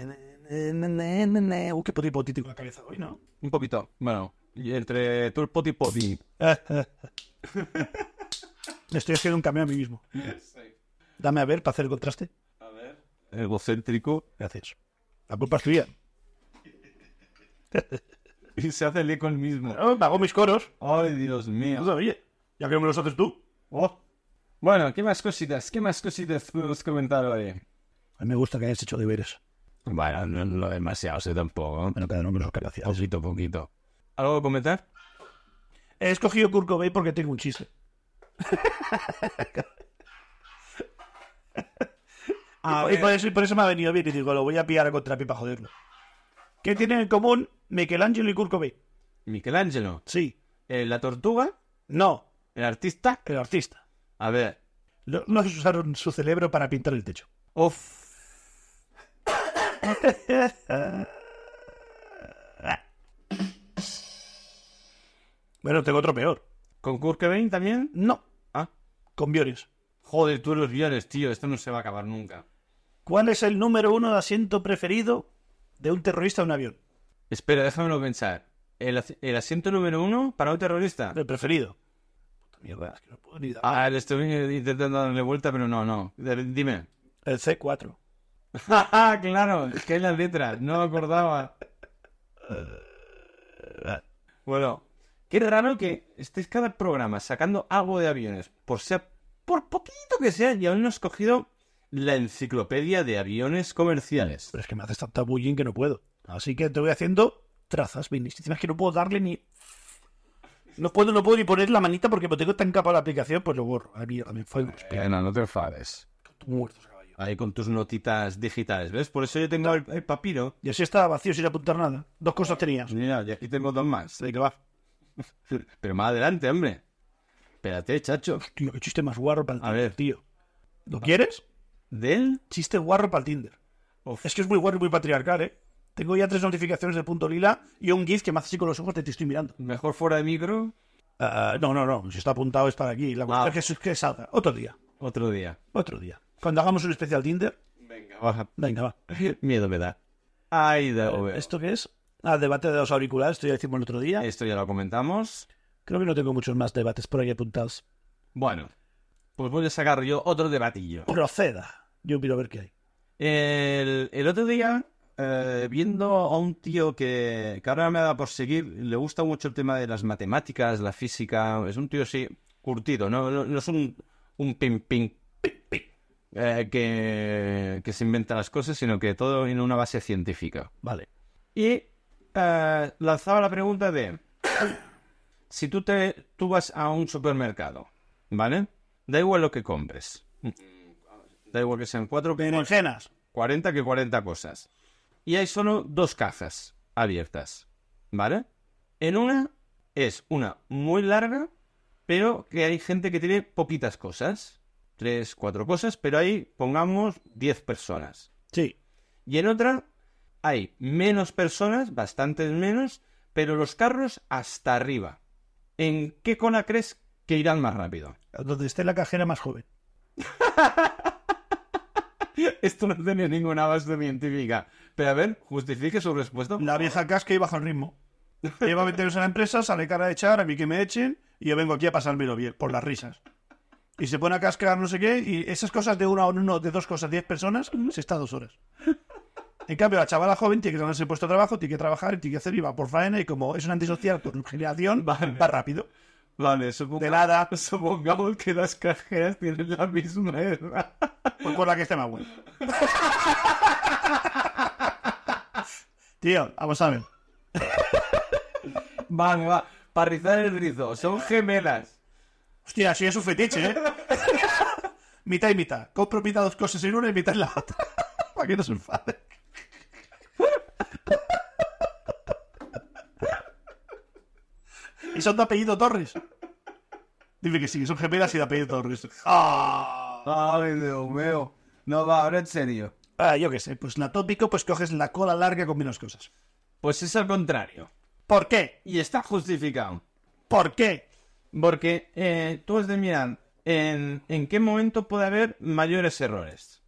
qué poco hipotético la cabeza hoy, ¿no? Un poquito. Bueno, y entre tú el poti poti. Le estoy haciendo un cameo a mí mismo. Dame a ver para hacer el contraste. Egocéntrico. Gracias. La culpa es tuya. Y se hace el eco el mismo. Oh, hago mis coros. Ay, Dios mío. Oye, ya que no me los haces tú. Oh. Bueno, ¿qué más cositas? ¿Qué más cositas podemos comentar hoy? A mí me gusta que hayas hecho deberes. Bueno, no, no demasiado, sé tampoco. Bueno, cada uno con sus capacidades. Poquito, poquito. ¿Algo que comentar? He escogido Kurt Cobain porque tengo un chiste. A Ah, y, por- y por eso, y por eso me ha venido bien y digo, lo voy a pillar a contrapié para joderlo. ¿Qué tienen en común Michelangelo y Kurt Cobain? Michelangelo. Sí. Eh, la tortuga. No. El artista. El artista. A ver. Lo- Los usaron su cerebro para pintar el techo. Uf. Bueno, tengo otro peor. ¿Con Kurt Cobain también? No, Ah. con Bioris. Joder, tú los guiones, tío. Esto no se va a acabar nunca. ¿Cuál es el número uno de asiento preferido de un terrorista en un avión? Espera, déjamelo pensar. ¿El, as- el asiento número uno para un terrorista? El preferido. Puta mierda, es que no puedo ni dar. Ah, le estoy intentando darle vuelta, pero no, no. De- Dime. El C4. Ah, claro, es que hay las letras, no me acordaba. Bueno, qué raro que estéis cada programa sacando algo de aviones, por sea, por poquito que sea, y aún no has cogido la enciclopedia de aviones comerciales. Pero es que me haces tanta bullying que no puedo. Así que te voy haciendo trazas, Vinny. Si Encima es que no puedo darle ni. No puedo, no puedo ni poner la manita porque me tengo tan capa la aplicación, pues lo borro. A mí también fue. Pena, no te enfades. Muertos, caballo. Ahí con tus notitas digitales, ¿ves? Por eso yo tengo el, el papiro. Y así estaba vacío sin apuntar nada. Dos cosas tenías. Pues Mira, y aquí tengo dos más. Venga, va. Pero más adelante, hombre. Espérate, chacho. Tío, qué chiste más guarro para el A Tinder, ver. tío. ¿Lo quieres? ¿Del? Chiste guarro para el Tinder. Uf. Es que es muy guarro y muy patriarcal, ¿eh? Tengo ya tres notificaciones de punto lila y un GIF que me hace así con los ojos de te estoy mirando. Mejor fuera de micro, Ah, no, no, no. Si está apuntado es para aquí. La cuestión Ah. es que, es que salga. Otro día. otro día. Otro día. Cuando hagamos un especial Tinder. Venga, baja. Venga, va. Miedo me da. Ay, da, esto... ¿Esto qué es? Ah, debate de los auriculares. Esto ya lo hicimos el otro día. esto ya lo comentamos. Creo que no tengo muchos más debates por ahí apuntados. Bueno, pues voy a sacar yo otro debatillo. Proceda. Yo miro a ver qué hay. El, el otro día, eh, viendo a un tío que, que ahora me da por seguir, le gusta mucho el tema de las matemáticas, la física, es un tío así curtido, no, no, no es un, un ping ping eh, que, que se inventa las cosas, sino que todo en una base científica. Vale. Y eh, lanzaba la pregunta de si tú te tú vas a un supermercado, ¿vale? Da igual lo que compres. Da igual que sean cuatro Berenjenas. 40 que 40 cosas. Y hay solo dos cajas abiertas, ¿vale? En una es una muy larga, pero que hay gente que tiene poquitas cosas. Tres, cuatro cosas, pero ahí pongamos 10 personas. Sí. Y en otra hay menos personas, bastantes menos, pero los carros hasta arriba. ¿En qué cola crees que irán más rápido? Donde esté la cajera más joven. Esto no tiene ninguna base científica. Pero a ver, justifique su respuesta. La vieja casca y baja el ritmo. Lleva 20 años en la empresa, sale cara a echar, a mí que me echen, y yo vengo aquí a pasármelo bien, por las risas. Y se pone a cascar no sé qué, y esas cosas de una a uno, de dos cosas, diez personas, se está dos horas. En cambio, la chavala joven tiene que ganarse el puesto de trabajo, tiene que trabajar, tiene que hacer, y va por faena, y como es una antisocial por generación, Vale. va rápido. Vale, supongo- De la edad, supongamos que las cajeras tienen la misma edad. pues por la que esté más buena. Tío, vamos a ver. Vale, va. Para rizar el rizo, son gemelas. Hostia, sí es un fetiche, ¿eh? mitad y mitad. Compro mitad dos cosas en una y mitad en la otra. Para que no se enfade. y son de apellido Torres. Dime que sí, que son gemelas y de apellido Torres. Ah, Ay, Dios mío. No, va, ahora en serio. Ah, yo qué sé, pues la tópico, pues coges la cola larga con menos cosas. Pues es al contrario. ¿Por qué? Y está justificado. ¿Por qué? Porque eh, tú has de mirar en, en qué momento puede haber mayores errores.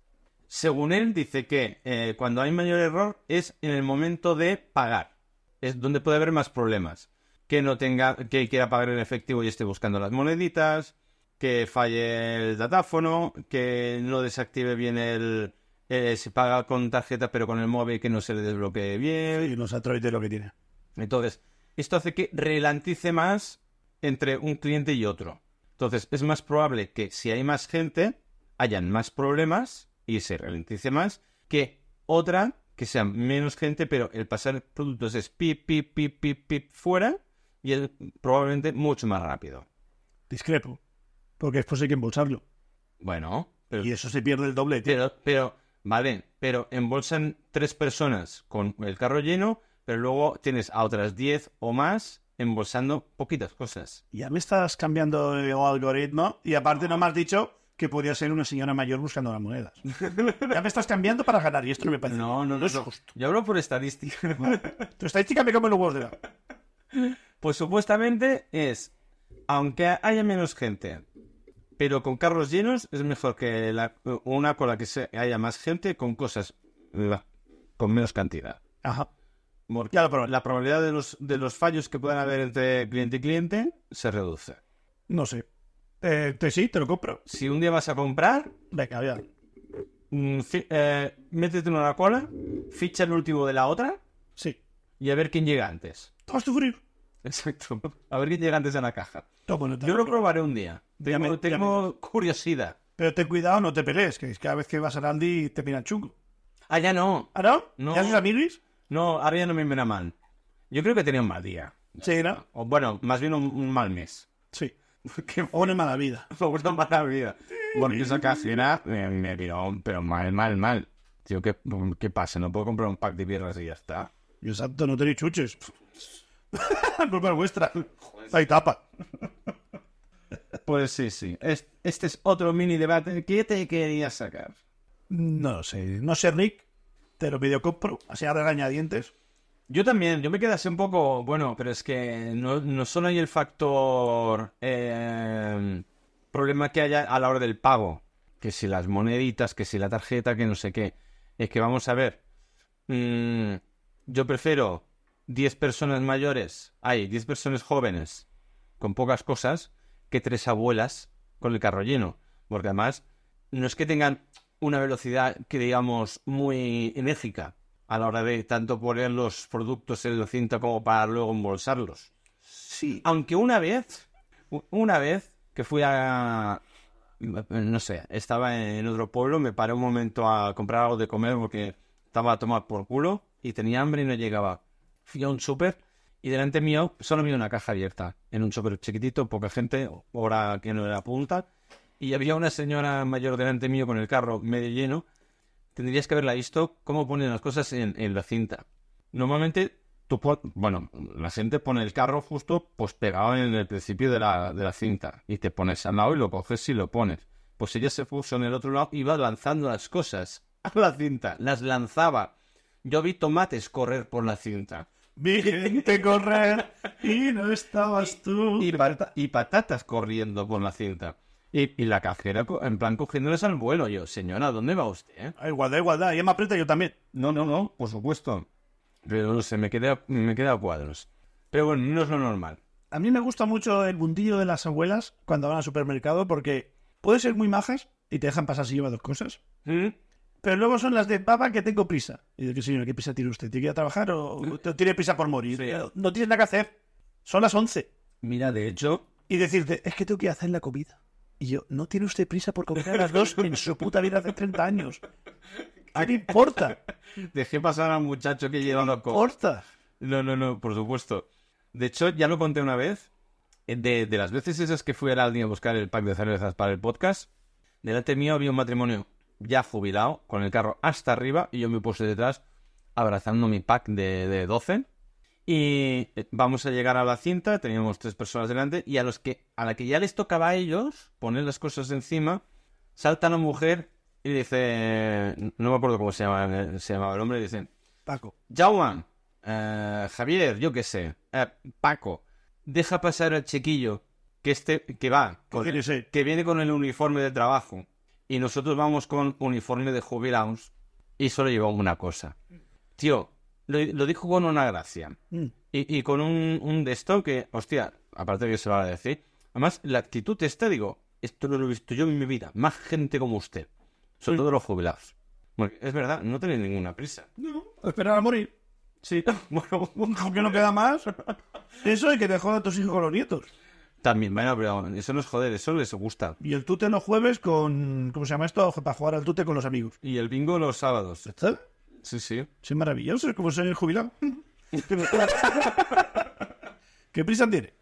Según él, dice que eh, cuando hay mayor error es en el momento de pagar. Es donde puede haber más problemas. Que no tenga, que quiera pagar en efectivo y esté buscando las moneditas, que falle el datáfono, que no desactive bien el eh, si paga con tarjeta pero con el móvil que no se le desbloquee bien. Y nos atrevete lo que tiene. Entonces, esto hace que relantice más entre un cliente y otro. Entonces, es más probable que si hay más gente, hayan más problemas y se ralentice más que otra que sea menos gente, pero el pasar productos es pip, pip, pip, pip, pip fuera y es probablemente mucho más rápido. Discrepo. Porque después hay que embolsarlo. Bueno, pero Y eso se pierde el doble. tío. Pero, pero, vale, pero embolsan tres personas con el carro lleno, pero luego tienes a otras diez o más embolsando poquitas cosas. Ya me estás cambiando el algoritmo y aparte no me has dicho que podía ser una señora mayor buscando las monedas. ya me estás cambiando para ganar y esto no me parece. No, no, no. es no. justo. Yo hablo por estadística. Tu estadística me come los huevos de la- Pues supuestamente es, aunque haya menos gente, pero con carros llenos es mejor que la- una con la que se haya más gente con cosas la- con menos cantidad. Ajá. Porque Ya lo probé. la probabilidad de los, de los fallos que puedan haber entre cliente y cliente se reduce. No sé. Eh, te, sí, te lo compro. Si un día vas a comprar, Venga, ya. mm, fi- eh, métete en una cola, ficha el último de la otra Sí. y a ver quién llega antes. Te vas a sufrir. Exacto. A ver quién llega antes a la caja. Toma, no te- Yo lo probaré un día. Ya me- Tengo, ya tengo curiosidad. Pero ten cuidado, no te pelees, que cada vez que vas a Randy te miran chungo. Ah, ya no. ¿Ah, no? No. ¿Ya sus amiguis? No, ahora ya no me viene mal. Yo creo que tenía un mal día. Sí, ¿no? O bueno, más bien un, un mal mes. Sí. Porque O una mala vida. fue una mala vida. Bueno, yo esa cajera me, me miró, pero mal, mal, mal. Tío, ¿qué, ¿qué pasa? No puedo comprar un pack de birras y ya está. Yo santo, no tenéis chuches. Culpa es vuestra. Hay tapa. Pues sí, sí. Es- Este es otro mini debate que te quería sacar. No lo sé. No sé, Rick. Te lo pidió compro. Así a regañadientes. Yo también, yo me quedé así un poco, bueno, pero es que no, no solo hay el factor eh, problema que haya a la hora del pago, que si las moneditas, que si la tarjeta, que no sé qué. Es que vamos a ver, mm, yo prefiero 10 personas mayores, hay 10 personas jóvenes con pocas cosas, que tres abuelas con el carro lleno, porque además no es que tengan una velocidad que digamos muy enérgica a la hora de tanto poner los productos en la cinta como para luego embolsarlos. Sí. Aunque una vez, u- una vez que fui a, no sé, estaba en otro pueblo, me paré un momento a comprar algo de comer porque estaba a tomar por culo y tenía hambre y no llegaba. Fui a un súper y delante mío solo había una caja abierta, en un súper chiquitito, poca gente, hora que no era punta, y había una señora mayor delante mío con el carro medio lleno. Tendrías que haberla visto cómo ponen las cosas en, en la cinta. Normalmente, tú pon- bueno, la gente pone el carro justo pues pegado en el principio de la, de la cinta y te pones al lado y lo coges y lo pones. Pues ella se puso en el otro lado y iba lanzando las cosas a la cinta, las lanzaba. Yo vi tomates correr por la cinta Vi gente correr y no estabas tú. y, pata- y patatas corriendo por la cinta. Y, y la cajera co- en plan cogiéndoles al vuelo. Yo, señora, ¿dónde va usted? Ah, igualdad, igualdad. Ella me aprieta yo también. No, no, no, por supuesto. Pero no sé, me queda, me queda a cuadros. Pero bueno, no es lo normal. A mí me gusta mucho el mundillo de las abuelas cuando van al supermercado porque pueden ser muy majas y te dejan pasar si lleva dos cosas. "¿Mm? Pero luego son las de papá que tengo prisa. Y de que señor, ¿qué prisa tiene usted? ¿Tiene que ir a trabajar o o tiene prisa por morir? Sí. No tienes nada que hacer. Son las 11. Mira, de hecho, Y decirte, es que tengo que hacer la comida. Y yo, no tiene usted prisa por comer a las dos en su puta vida hace 30 años. ¿Qué le importa? dejé pasar al muchacho que llevaba los co- ¿Importa? No, no, no, por supuesto. De hecho, ya lo conté una vez. eh, De, de las veces esas que fui al Aldi a buscar el pack de cervezas para el podcast, delante mío había un matrimonio ya jubilado, con el carro hasta arriba, y yo me puse detrás abrazando mi pack de, de 12. Y eh, vamos a llegar a la cinta, teníamos tres personas delante, y a los que a la que ya les tocaba a ellos poner las cosas encima, salta una mujer y dice, no me acuerdo cómo se llama, eh, se llamaba el hombre, y dice, Paco. Jaume, eh, Javier, yo qué sé, eh, Paco, deja pasar al chiquillo que este que va, con- quiere ser? que viene con el uniforme de trabajo y nosotros vamos con uniforme de jubilados y solo llevamos una cosa. Tío, lo, lo dijo con una gracia Mm. y, y con un, un de esto que, hostia, aparte de que se lo agradecí, además la actitud esta, digo, esto no lo he visto yo en mi vida, más gente como usted, sobre todo los jubilados. Porque es verdad, no tenéis ninguna prisa. No, Pues esperar a morir. Sí, bueno, Aunque no queda más. Eso y que te jodan tus hijos con los nietos. también, bueno, pero eso no es joder, eso les gusta. Y el tute los jueves con... ¿Cómo se llama esto? Para jugar al tute con los amigos. Y el bingo los sábados. ¿Está? Sí, sí. Sí, maravilloso. Es como ser jubilado. ¿Qué prisa tiene?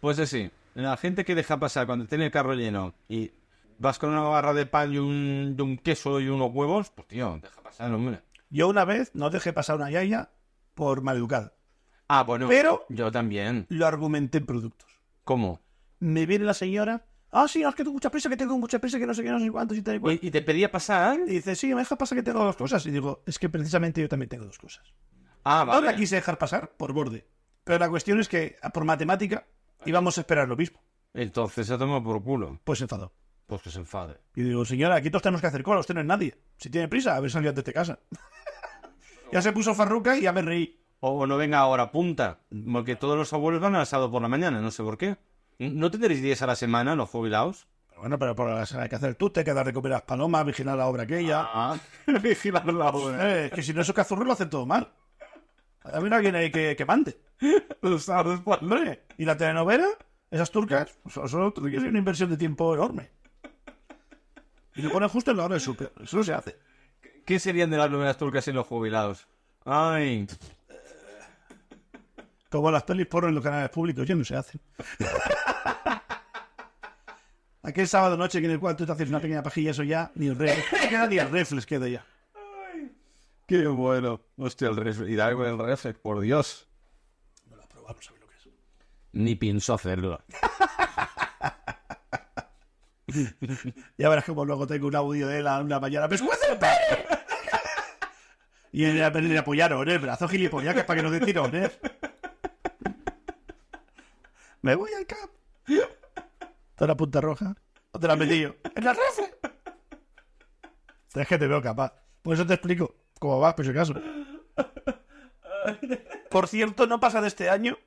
Pues así, la gente que deja pasar cuando tiene el carro lleno y vas con una barra de pan y un, y un queso y unos huevos, pues tío, deja pasar, hombre. Yo una vez no dejé pasar una yaya por maleducada. Ah, bueno. Pero Yo también. lo argumenté en productos. ¿Cómo? Me viene la señora. Ah, sí, es que tengo mucha prisa, que tengo mucha prisa, que no sé qué, no sé cuántos y tal y cual. ¿Y, y te pedía pasar? Y dice, sí, me deja pasar que tengo dos cosas. Y digo, es que precisamente yo también tengo dos cosas. Ah, No la vale. quise dejar pasar por borde. Pero la cuestión es que por matemática íbamos a esperar lo mismo. Entonces se ha tomado por culo. Pues se enfadó. Pues que se enfade. Y digo, señora, aquí todos tenemos que hacer cola, usted no es nadie. Si tiene prisa, haber salido antes de casa. ya se puso farruca y ya me reí. O, o no venga ahora, punta. Porque todos los abuelos van al sábado por la mañana, no sé por qué. ¿No tendréis días a la semana los jubilados? Pero bueno, pero por la sala hay que hacer el tute, que dar de comer a las palomas, vigilar la obra aquella. Ah, vigilar la hora. Eh, que si no esos cazurros lo hacen todo mal. A mí no hay alguien ahí que, que mande. Los sábados por la Hombre, y la telenovela, esas turcas, eso, eso tiene que ser una inversión de tiempo enorme. Y lo ponen justo en la hora del súper. Eso no se hace. ¿Qué serían de las novelas turcas sin los jubilados? Ay, Como las pelis porno en los canales públicos, ya no se hacen. Aquel sábado noche que en el cual tú te haces una pequeña pajilla, eso ya, ni el reflex. Queda ni el reflex, queda ya. qué bueno. Hostia, el reflex. Y da algo el reflex, por Dios. No lo has probado, no sabes lo que es. Ni pienso hacerlo. Ya verás como luego tengo un audio de la una mañana. "Pues, ¡Pescuezo el pene! Y en la peli le apoyaron, ¿eh? Brazo gilipollas, que es para que no te tiren, ¿eh? Me voy al cap. ¿Está la punta roja? ¿O te la has metido? ¡En la reflex! Es que te veo capaz. Por eso te explico cómo vas, por si acaso. Por cierto, no pasa de este año.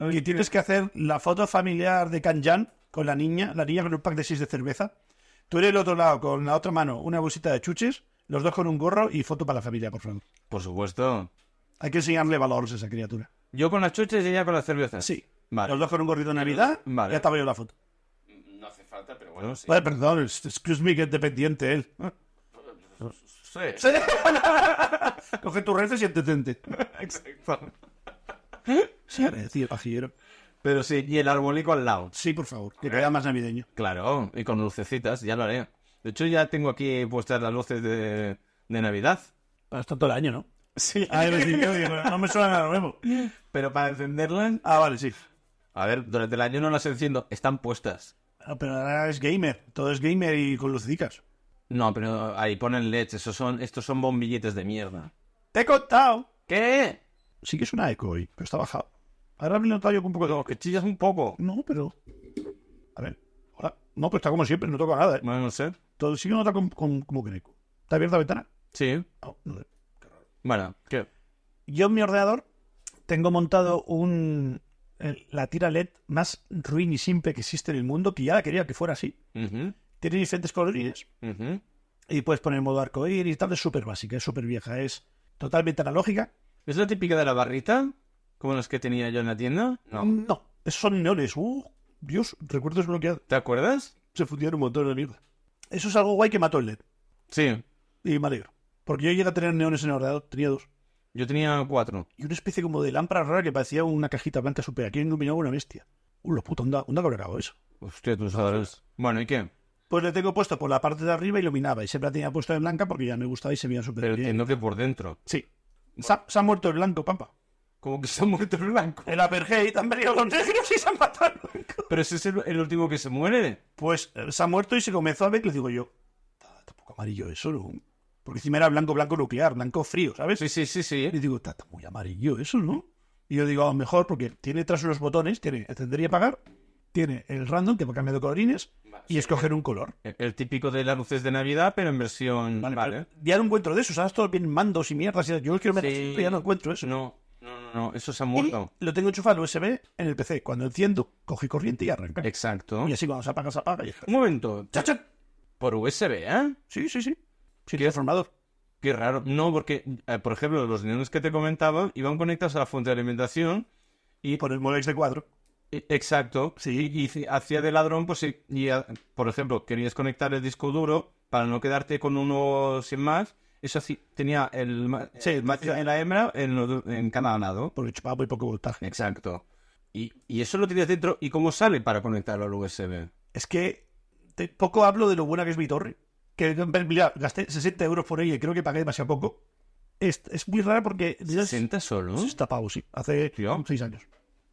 Y tienes que hacer la foto familiar de Kanjan con la niña, la niña con un pack de 6 de cerveza. Tú eres el otro lado con la otra mano una bolsita de chuches, los dos con un gorro y foto para la familia, por favor. Por supuesto. Hay que enseñarle valores a esa criatura. Yo con las chuches y ella con las cervezas. Sí. Vale. Los dos con un gorrito de Navidad, Vale. ya estaba yo en la foto. No hace falta, pero bueno, sí. Vale, perdón, es- excuse me, que es dependiente él. Coge tu red y entretente. Exacto. Sí, agradecido, pajillero. Pero sí, y el arbolico al lado. Sí, por favor, que queda más navideño. Claro, y con lucecitas, ya lo haré. De hecho, ya tengo aquí puestas las luces de, de Navidad. Hasta todo el año, ¿no? Sí. Ay, me digo, digo, no me suena nada nuevo. Pero para encenderlas... Ah, vale, sí. A ver, durante el año no las enciendo. Están puestas. Ah, Pero ahora es gamer, todo es gamer y con lucicas. No, pero ahí ponen LEDs. Esos son, estos son bombillitas de mierda. ¡Te he contado! ¿Qué? Sí que es una eco hoy, pero está bajado. Ahora me he notado yo con un poco de... Que chillas un poco. No, pero... A ver. Hola. No, pero está como siempre, no toca nada. ¿eh? Bueno, no sé. Todo sí que nota con, con- como que en eco. ¿Está abierta la ventana? Sí. No, no. Bueno, ¿qué? Yo en mi ordenador tengo montado un... el- La tira LED más ruin y simple que existe en el mundo, que ya la quería que fuera así. Ujú, Tiene diferentes colorines ujú. y puedes poner modo arcoíris y tal. Es súper básica, es súper vieja, es totalmente analógica. ¿Es la típica de la barrita? Como las que tenía yo en la tienda. No. No, esos son neones. Uh, Dios, recuerdos bloqueados. ¿Te acuerdas? Se fundieron un montón de mierda. Eso es algo guay que mató el LED. Sí. Y me alegro. Porque yo llegué a tener neones en el ordenador, tenía dos. Yo tenía cuatro. Y una especie como de lámpara rara que parecía una cajita blanca super. Aquí iluminaba una bestia. Uh, lo puto, onda, onda cabreado eso. Hostia, tú sabes. Bueno, ¿y qué? Pues le tengo puesto por la parte de arriba iluminaba. Y siempre la tenía puesta de blanca porque ya me gustaba y se veía súper Pero bien. entiendo que por dentro. Sí. Se ha, se ha muerto el blanco, pampa. Como que se ha muerto el blanco. El apartheid, han venido los negros y se han matado al blanco. Pero ese es el, el último que se muere. Pues eh, se ha muerto y se comenzó a ver que les digo yo. "Ta- Tampoco amarillo eso, ¿no? Porque encima era blanco, blanco nuclear, blanco frío, ¿sabes? Sí, sí, sí, sí. Y digo, está está muy amarillo eso, ¿no? Y yo digo, a lo mejor, porque tiene tras unos botones, tiene encender y apagar, tiene el random que va cambiando colorines y escoger un color. El, el típico de las luces de Navidad, pero en versión... Vale, pero Ya no encuentro de eso, ¿sabes? Todos vienen mandos y mierdas. y- Yo quiero meter Sí. esto y ya no encuentro eso. No, no, no, no, Eso se ha Y muerto. lo tengo enchufado al USB en el PC. Cuando enciendo, coge corriente y arranca. Exacto. Y así cuando se apaga, se apaga. Y... Un momento. ¡Chachán! Por USB, ¿eh? Sí, sí, sí. Sí, transformador. Qué raro. No, porque, eh, por ejemplo, los neones que te comentaba iban conectados a la fuente de alimentación. Y por el Molex de cuadro. E- Exacto. Sí. Y, y hacía de ladrón, pues sí. Y, ah, por ejemplo, querías conectar el disco duro para no quedarte con uno sin más. Eso sí, tenía el, ma- Sí, el macho sí. en la hembra en, lo du- en cada lado. Porque chupaba muy poco voltaje. Exacto. Y, y eso lo tienes dentro. ¿Y cómo sale para conectarlo al USB? Es que te- poco hablo de lo buena que es mi torre. Que mira, gasté 60 euros por ella y creo que pagué demasiado poco. es, es muy rara porque... dices, ¿60 solo? "Sí, Está pago, sí. Hace Tío. seis años.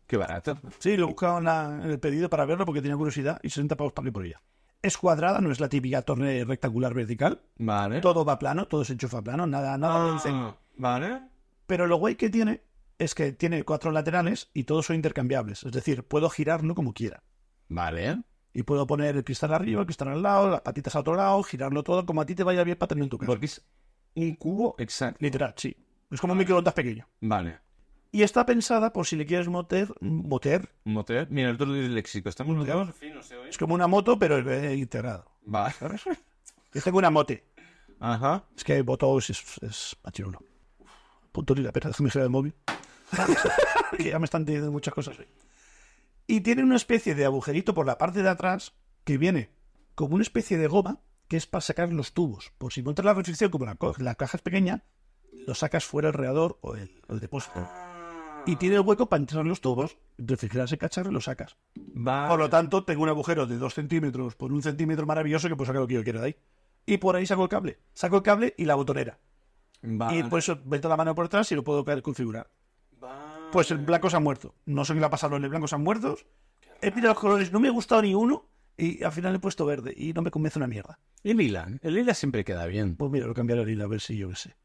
Qué barato. Sí, lo buscaba en, la- en el pedido para verlo porque tenía curiosidad y 60 pavos para mí por ella. Es cuadrada, no es la típica torre rectangular vertical. Vale. Todo va plano, todo se enchufa plano, nada, nada. ¿Eh? Ah, dulce. vale. Pero lo guay que tiene es que tiene cuatro laterales y todos son intercambiables. Es decir, puedo girarlo como quiera. Vale. Y puedo poner el cristal arriba, el cristal al lado, las patitas a otro lado, girarlo todo como a ti te vaya bien para tener en tu casa. Porque es un cubo exacto. Literal, sí. Es como un microondas pequeño. Vale. Y está pensada por si le quieres moter, moter, Un motor. Mira, el otro léxico. Estamos moteados finos, ¿eh? hoy? es como una moto, pero eh, integrado. Vale. Yo tengo una mote. Ajá. Es que Botox es, es machirulo. Punto ni la pena, déjame girar el móvil. que ya me están diciendo muchas cosas hoy. Y tiene una especie de agujerito por la parte de atrás que viene como una especie de goma que es para sacar los tubos. Por si montas la restricción, como la, co- la caja es pequeña, lo sacas fuera el reador o el, o el depósito. Y tiene el hueco para entrar los tubos, refrigerar ese cacharro y lo sacas. Vale. Por lo tanto, tengo un agujero de 2 centímetros por un centímetro maravilloso que puedo sacar lo que yo quiera de ahí. Y por ahí saco el cable. Saco el cable y la botonera. Vale. Y por eso meto la mano por atrás y lo puedo caer- configurar. Vale. Pues el blanco se ha muerto. No sé qué le ha pasado, los blancos se han muerto. He mirado los colores, no me ha gustado ni uno. Y al final le he puesto verde y no me convence una mierda. El lila. El lila siempre queda bien. Pues mira, lo cambiaré al hilo, a ver si yo qué sé.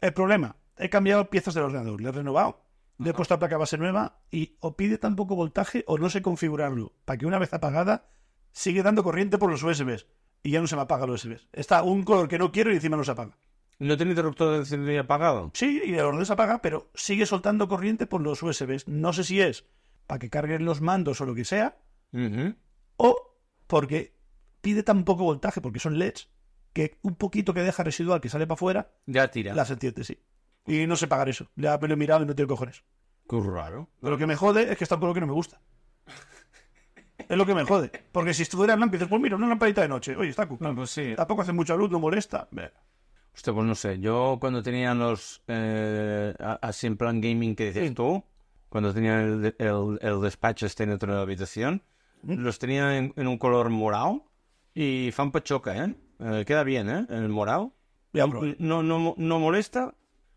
El problema, he cambiado piezas del ordenador, le he renovado, le he puesto la placa base nueva y o pide tan poco voltaje o no sé configurarlo, para que una vez apagada sigue dando corriente por los USBs y ya no se me apaga los USBs. Está un color que no quiero y encima no se apaga. ¿No tiene interruptor de encendido y apagado? Sí, y el ordenador se apaga, pero sigue soltando corriente por los USBs. No sé si es para que carguen los mandos o lo que sea, Ujú. o porque pide tan poco voltaje, porque son LEDs, que un poquito que deja residual que sale para afuera Ya tira. las entiende, sí. Y no sé pagar eso. Ya me lo he mirado y no tengo cojones. Qué raro. Pero lo que me jode es que está un color que no me gusta. Es lo que me jode. Porque si estuviera en blanco y dices, pues mira, una lamparita de noche. Oye, está cool. No, pues sí. Tampoco hace mucha luz, no molesta. Hostia, pues no sé. Yo cuando tenía los. eh, a- así en plan gaming que dices tú, cuando tenía el, el- el despacho este dentro de la habitación, los tenía en, en un color morado y fan pachoca, ¿eh? Eh, Queda bien, ¿eh? El morado. Ya, lo probaré. No, no, mo- no molesta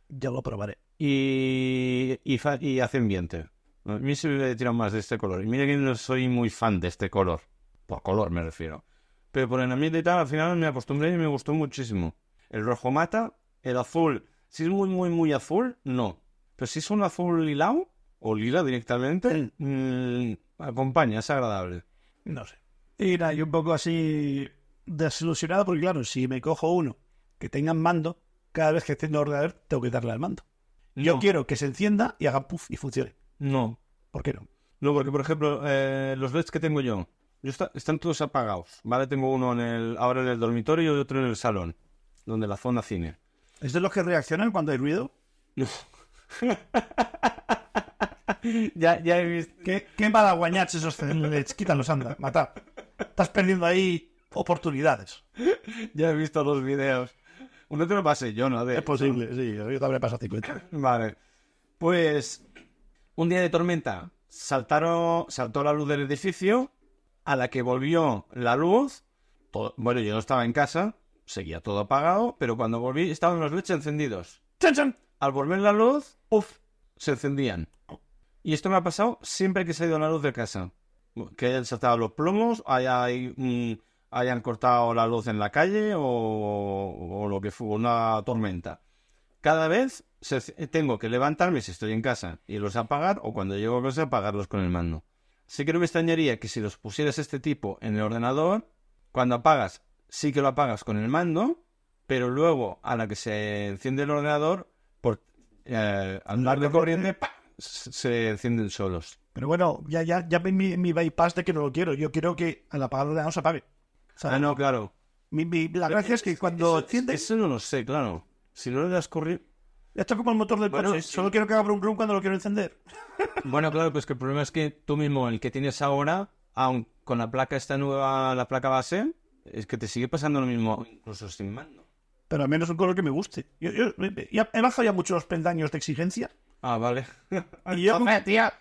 Ya lo probaré. y, y, fa- y hace ambiente. A mí se me hubiera tirado más de este color. Y mira que no soy muy fan de este color. Por color me refiero. Pero por el ambiente y tal, al final me acostumbré y me gustó muchísimo. El rojo mata, el azul. Si es muy, muy, muy azul, no. Pero si es un azul lilao, o lila directamente, mm, acompaña, es agradable. No sé. Y nada, yo un poco así desilusionado, porque claro, si me cojo uno que tenga mando, cada vez que enciendo el ordenador tengo que darle al mando. Yo No. quiero que se encienda y haga puff y funcione. No. ¿Por qué no? No, porque por ejemplo, eh, los LEDs que tengo yo, yo está- están todos apagados, ¿vale? Tengo uno en el, ahora en el dormitorio y otro en el salón, donde la zona cine. ¿Es de los que reaccionan cuando hay ruido? ya, ya he visto. ¿Qué, qué malaguañaches esos CNLs? Quítalos, anda, mata. Estás perdiendo ahí oportunidades. Ya he visto los videos. Uno te lo pasé yo, ¿no? De- Es posible, sí, yo te habré pasado 50. Vale. Pues un día de tormenta saltaron, saltó la luz del edificio, a la que volvió la luz. todo- bueno, yo no estaba en casa, seguía todo apagado, pero cuando volví estaban los LEDs encendidos. ¡Chan, chan! al volver la luz, ¡uf! se encendían. Y esto me ha pasado siempre que se ha ido la luz de casa. Que hayan saltado los plomos, haya- hay, mm, hayan cortado la luz en la calle o, o lo que fue, una tormenta. Cada vez se ce- tengo que levantarme si estoy en casa y los apagar o cuando llego a casa apagarlos con el mando. Sí que no me extrañaría que si los pusieras este tipo en el ordenador, cuando apagas, sí que lo apagas con el mando, pero luego a la que se enciende el ordenador, por eh, andar de corriente, ¡pa! se se encienden solos. Pero bueno, ya, ya, ya ven mi, mi bypass de que no lo quiero. Yo quiero que al apagar el ordenador se apague. O sea, Ah, no, claro. mi- mi- la gracia es que cuando enciendes, Eso no lo sé, claro. Si no le das corriente. esto es como el motor del coche. Bueno, sí. Solo quiero que haga brum brum cuando lo quiero encender. Bueno, claro, pues que el problema es que tú mismo, el que tienes ahora, aun con la placa esta nueva, la placa base, es que te sigue pasando lo mismo, incluso sin mando. Pero al menos un color que me guste. Yo, yo- ya he bajado ya mucho los peldaños de exigencia. Ah, vale. Y yo con,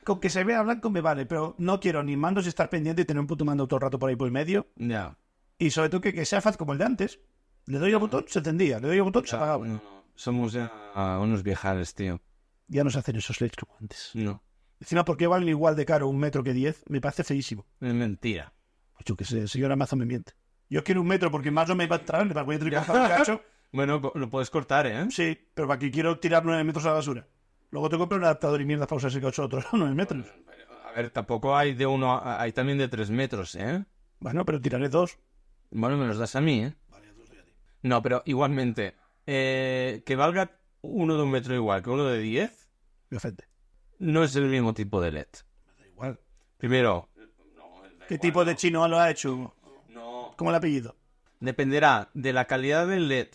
con que se vea blanco me vale, pero no quiero ni mandos y estar pendiente y tener un puto mando todo el rato por ahí por el medio. Ya. Y sobre todo que, que sea fácil como el de antes. Le doy al botón, se encendía. Le doy al botón, se apagaba. No, no. Somos ya unos viejales, tío. Ya no se hacen esos LEDs como antes. No. Encima, ¿por qué valen igual de caro un metro que diez? Me parece feísimo. Es mentira. Pues yo que sé, señora Mazo me miente. Yo quiero un metro porque más no me va a entrar, me voy a tricotar un cacho. Bueno, co- lo puedes cortar, ¿eh? Sí, pero para que quiero tirar nueve metros a la basura. Luego te compro un adaptador y mierda para usar ese cacho otros nueve metros. A ver, tampoco hay de uno, a- hay también de tres metros, ¿eh? Bueno, pero tiraré dos. Bueno, me los das a mí, ¿eh? No, pero igualmente, eh, que valga uno de un metro igual que uno de diez, Me ofende. no es el mismo tipo de LED. Da igual. Primero, ¿Qué tipo de chino lo ha hecho? no. ¿Cómo el apellido? dependerá de la calidad del LED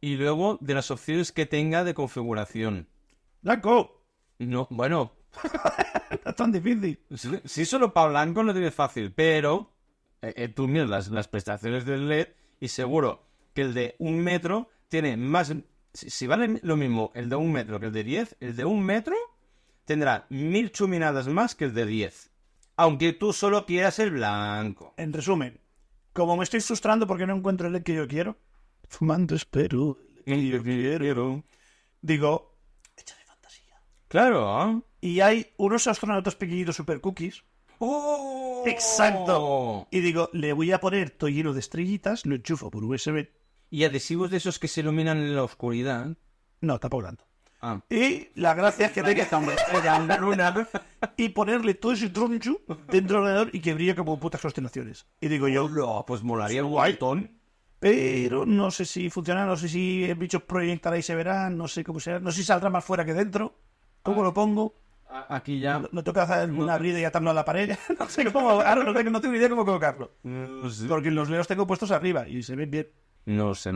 y luego de las opciones que tenga de configuración. ¡Blanco! No, bueno, No es tan difícil. Si si solo para blanco no tiene fácil, pero eh, eh, tú miras las, las prestaciones del LED y seguro que el de un metro tiene más... Si, si vale lo mismo el de un metro que el de 10, el de un metro tendrá mil chuminadas más que el de 10. Aunque tú solo quieras el blanco. En resumen, como me estoy frustrando porque no encuentro el LED que yo quiero, fumando espero. Digo, Claro. y hay unos astronautas pequeñitos super cookies. ¡Oh! Exacto. Y digo, le voy a poner todo lleno de estrellitas, lo enchufo por USB. Y adhesivos de esos que se iluminan en la oscuridad. No, tampoco tanto. Ah. Y la gracia es que este tenga y ponerle todo ese troncho dentro del ordenador y que brille como putas constelaciones. Y digo yo, No, pues molaría guay, Ton. pero no sé si funcionará, no sé si el bicho proyectará y se verá, no sé cómo será, no sé si saldrá más fuera que dentro. ¿Cómo lo pongo? Aquí ya. No tengo que hacer una brida y atarlo a la pared. No sé cómo. Ahora no tengo, no tengo ni idea cómo colocarlo. No sé, Porque los leos tengo puestos arriba y se ven bien. no sé.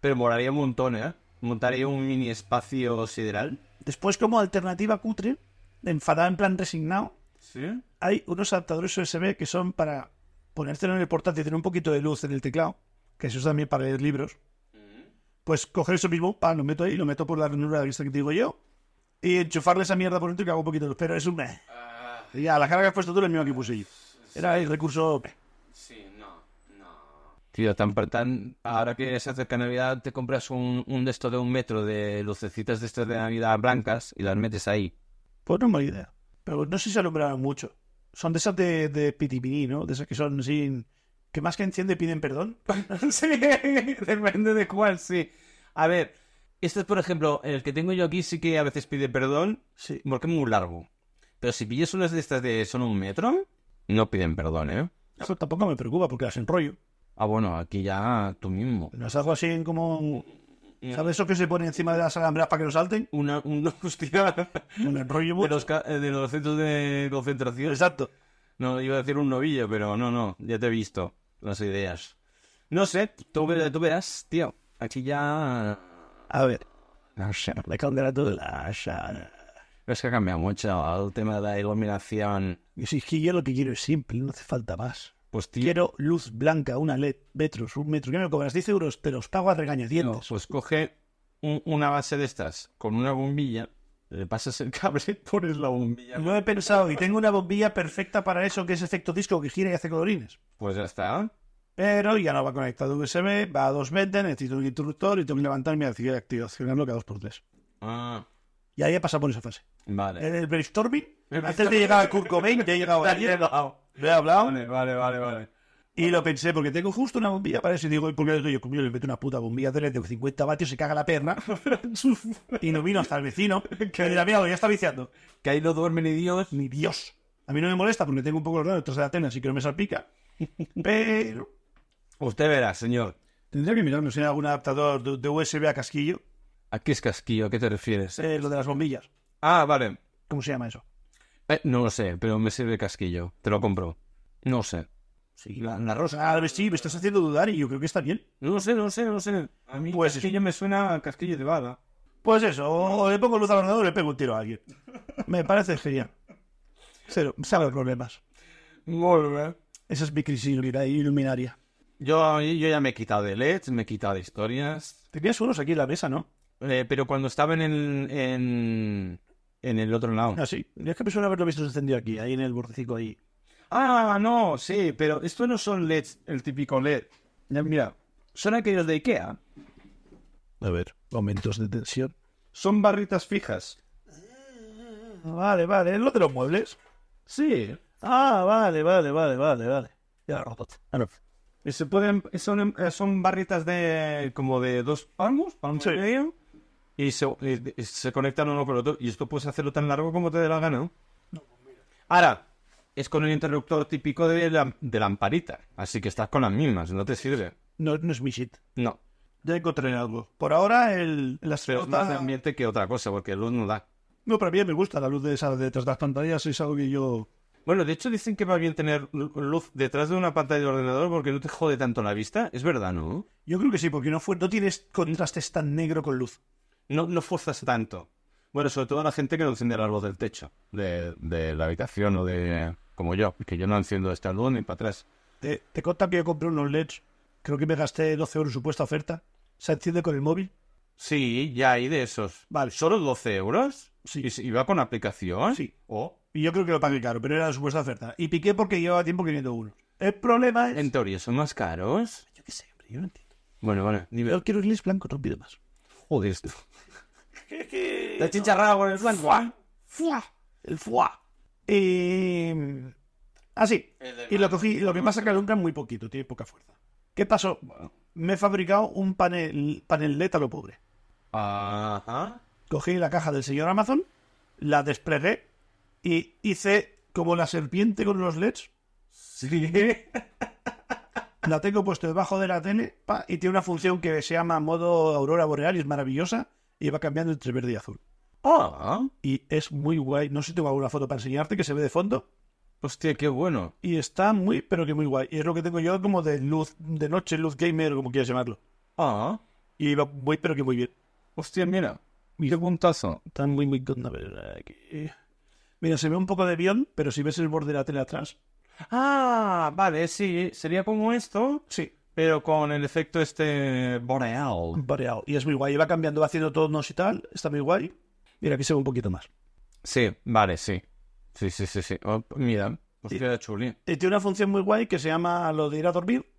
Pero molaría un montón, ¿eh? Montaría un mini espacio sideral. Después, como alternativa cutre, enfadado en plan resignado, Sí. hay unos adaptadores USB que son para ponértelo en el portátil, tener un poquito de luz en el teclado, que se usa también para leer libros. Pues coger eso mismo, pa, lo meto ahí, lo meto por la ranura de la vista que te digo yo, y enchufarle esa mierda por dentro y que hago un poquito de luz. Pero es un meh. Ya, la cara que has puesto tú es el mismo que puse yo. Era el recurso. meh. Sí, no. No. Tío, tan, tan. Ahora que se acerca Navidad, te compras un, un de estos de un metro de lucecitas de estas de Navidad blancas y las metes ahí. Pues no es mala idea. Pero no sé si se alumbraron mucho. Son de esas de, de pitipiri, ¿no? De esas que son sin. que más que enciende piden perdón. sí, depende de cuál, sí. A ver, este es, por ejemplo, el que tengo yo aquí sí que a veces pide perdón Sí. porque es muy largo. Pero si pillas unas de estas de son un metro, no piden perdón, ¿eh? Eso tampoco me preocupa porque las enrollo. Ah, bueno, aquí ya tú mismo. Las hago así en como. ¿Sabes eso que se pone encima de las alambras para que no salten? Una, una hostia de Un enrollo pues. mucho. los, ca- eh, de los centros de concentración. Exacto. No, iba a decir un novillo, pero no, no, ya te he visto las ideas. No sé, tú, ve- tú verás, tío. Aquí ya... A ver. No sé. La congratula. ya. Es que ha cambiado mucho el tema de la iluminación. Y si es que yo lo que quiero es simple, no hace falta más. Pues tío, Quiero luz blanca, una LED, metros, un metro. ¿Qué me cobras? 10 euros, te los pago a No, regañadientes. pues coge un- una base de estas con una bombilla, le pasas el cable, pones la bombilla. Lo he pensado y tengo una bombilla perfecta para eso, que es efecto disco que gira y hace colorines. Pues ya está. Pero ya no va conectado USB, va a 220, necesito un interruptor y tengo que levantarme y activar- activarlo cada 2x3. Ah, Y ahí he pasado por esa fase. vale. En el brainstorming, antes de llegar a Kurt Cobain, ya he llegado a alguien, le he hablado Vale, vale, vale, vale. y lo pensé, porque tengo justo una bombilla para eso. Y digo, ¿y por qué yo coño, le meto una puta bombilla de LED de 50 vatios, se caga la perna? y no vino hasta el vecino, que dirá, mira, ya está viciando. Que ahí no duerme ni Dios. ni Dios. A mí no me molesta porque tengo un poco los dedos detrás de la tela, así que no me salpica. Pero Usted verá, señor. tendría que mirarnos si hay algún adaptador de- de USB a casquillo. ¿A qué es casquillo? ¿A qué te refieres? Eh, lo de las bombillas. Ah, vale. ¿Cómo se llama eso? Eh, no lo sé, pero me sirve casquillo. Te lo compro. No sé. Sí, La, la rosa. Ah, sí, me estás haciendo dudar y yo creo que está bien. No lo sé, no lo sé, no lo sé. A mí Pues casquillo me suena a casquillo de bala. Pues eso, o o le pongo luz al ordenador o le pego un tiro a alguien. Me parece genial. Cero, sabe de problemas. Volve. Esa es mi crisis ilumina- iluminaria. Yo, yo ya me he quitado de LEDs, me he quitado de historias. Tenías unos aquí en la mesa, ¿no? Eh, pero cuando estaba en el, en, en el otro lado. Ah, sí. Es que me suena haberlo visto encendido aquí, ahí en el bordecito ahí. Ah, no, sí, pero estos no son LEDs, el típico LED. Ya, Mira, son aquellos de Ikea. A ver, momentos de tensión. Son barritas fijas. Vale, vale, es lo de los muebles. Sí. Ah, vale, vale, vale, vale, vale. Ya roto. Ah, no. Y se pueden, son, eh, son barritas de como de dos palmos, palmo Sí. y medio, y se, y- y se conectan uno con el otro. Y esto puedes hacerlo tan largo como te dé la gana. Ahora, es con el interruptor típico de, la, de lamparita, así que estás con las mismas, no te sirve. No, no es mi shit. No, Ya encontré algo. Por ahora, el, el pero es más de astronauta... ambiente que otra cosa, porque luz no da. No, pero a mí me gusta la luz de esa detrás de las pantallas. Es algo que yo... Bueno, de hecho dicen que va bien tener lu- luz detrás de una pantalla de ordenador porque no te jode tanto la vista. Es verdad, ¿no? Yo creo que sí, porque no, fue, no tienes contrastes tan negro con luz. No, no fuerzas tanto. Bueno, sobre todo a la gente que no enciende la luz del techo, de, de la habitación o de... como yo, que yo no enciendo esta luz ni para atrás. Te, te contan que yo compré unos LEDs. Creo que me gasté 12 euros en su puesta oferta. Se enciende con el móvil. Sí, ya hay de esos. Vale. ¿Solo 12 euros? Sí. ¿Y, si- y va con aplicación? Sí. O, Y yo creo que lo pagué caro, pero era de su puesta oferta. Y piqué porque llevaba tiempo queriendo uno. El problema es... en teoría, ¿son más caros? Yo qué sé, hombre, yo no entiendo. Bueno, vale. Dime, Yo quiero inglés blanco, no pido más. joder esto. El La chicharrada con el blanco. fuá. El fuá. Eh, así. Y lo cogí. Lo que pasa es que alumbra muy poquito, tiene poca fuerza. ¿Qué pasó? Me he fabricado un panel, panel LED a lo pobre. Ajá. Cogí la caja del señor Amazon, la desplegué y hice como la serpiente con los LEDs. Sí. La tengo puesto debajo de la tele pa, y tiene una función que se llama modo aurora boreal y es maravillosa y va cambiando entre verde y azul. Ah, Y es muy guay. No sé si tengo alguna foto para enseñarte que se ve de fondo. hostia, qué bueno. Y está muy, pero que muy guay. Y es lo que tengo yo como de luz de noche, luz gamer, como quieras llamarlo. Ah, Y va muy, pero que muy bien. hostia, mira. Qué puntazo. Está muy, muy good. A ver, aquí. eh, Mira, se ve un poco de bión, pero si ves el borde de la tele atrás. Ah, vale, sí. Sería como esto, Sí. pero con el efecto este boreal. Variado. Y es muy guay. Y va cambiando, va haciendo tonos y tal. Está muy guay. Mira, aquí se ve un poquito más. Sí, vale, sí. Sí, sí, sí, sí. Oh, mira, hostia, chuli. Y Eh, tiene una función muy guay que se llama lo de ir a dormir.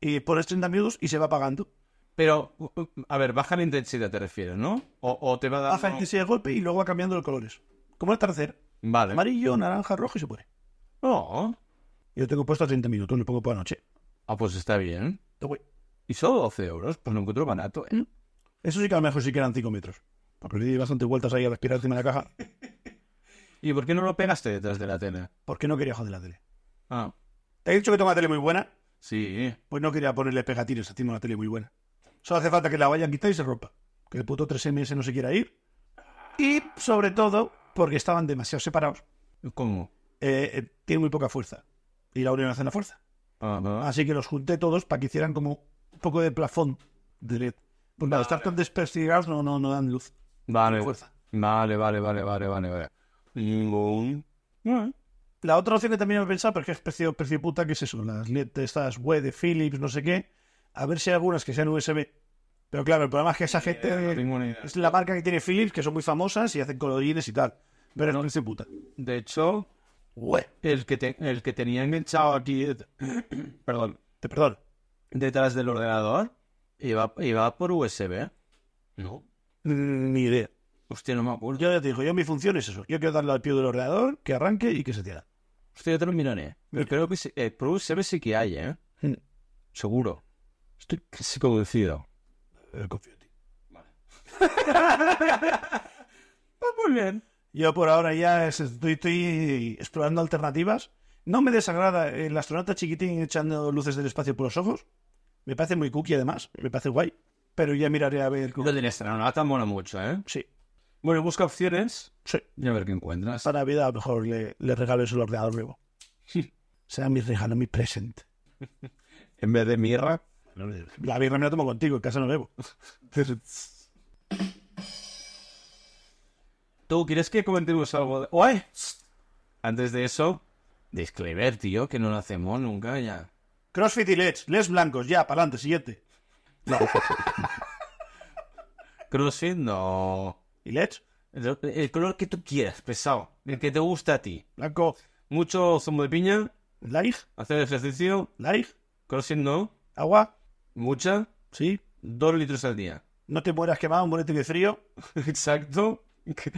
Y pones 30 minutos y se va apagando. Pero, u- u- a ver, baja la intensidad te refieres, ¿no? O, o te va a dar... Baja ese golpe y luego va cambiando los colores. Como el tercer. Vale. Amarillo, naranja, rojo y se pone. Oh. Yo tengo puesto a 30 minutos, lo pongo por la noche. Ah, pues está bien. Está guay. Y solo 12 euros, pues lo encuentro barato, ¿eh? Eso sí que a lo mejor sí que eran 5 metros. Porque le di bastante vueltas ahí al respirar encima de la caja. ¿Y por qué no lo pegaste detrás de la tele? Porque no quería joder la tele. Ah, Te he dicho que tengo una tele muy buena. sí. Pues no quería ponerle pegatines encima de una tele muy buena. Solo hace falta que la vayan a quitar y se rompa. Que el puto 3MS no se quiera ir. Y sobre todo, porque estaban demasiado separados. ¿Cómo? eh, eh, tiene muy poca fuerza. Y la unión hace la fuerza. Ah, Así que los junté todos para que hicieran como un poco de plafón de LED. Porque al estar tan desperdigados no, no, no dan luz. Vale. Fuerza. Vale, vale, vale, vale, vale, Ah. vale. Ningún. Bueno. La otra opción que también he pensado, pero es que es precio, precio puta, que es eso, las LED de estas web de Philips, no sé qué, a ver si hay algunas que sean USB. Pero claro, el problema es que esa No gente tengo ni idea. es la marca que tiene Philips, que son muy famosas y hacen colorines y tal. Pero no precio puta. De hecho, Ué, el que, te- el que tenía enganchado aquí, det- perdón, te perdono. detrás del ordenador, iba, iba por USB. No. Mm, Ni idea. Hostia, no me acuerdo. Yo ya te digo, yo mi función es eso. Yo quiero darle al pie del ordenador, que arranque y que se tira. Hostia, yo te lo miraré. Pero Mira. creo que sí, eh, por USB sí que hay, ¿eh? Mm. Seguro. Estoy casi convencido. Eh, confío en ti. Pues muy bien. Yo por ahora ya es- estoy, estoy explorando alternativas. No me desagrada el astronauta chiquitín echando luces del espacio por los ojos. Me parece muy cookie además, me parece guay. Pero ya miraré a ver cómo... Lo del astronauta mola mucho, ¿eh? Sí, Bueno, busca opciones sí. y a ver qué encuentras. Esta Navidad a lo mejor le, le regalo eso al ordenador nuevo. Será mi regalo, mi present. En vez de mirra. La birra me la tomo contigo, en casa no bebo. ¿Tú quieres que comentemos algo? De... ¡Ué! Antes de eso, disclaimer, tío, que no lo hacemos nunca ya. Crossfit y LEDs, LEDs blancos, ya, para adelante, siguiente. CrossFit, no. ¿Y LEDs? El, el color que tú quieras, pesado. El que te gusta a ti. Blanco, Mucho zumo de piña, light, hacer ejercicio, light, CrossFit no. agua, Mucha, sí, dos litros al día. No te mueras quemado, muérete de frío. Exacto. que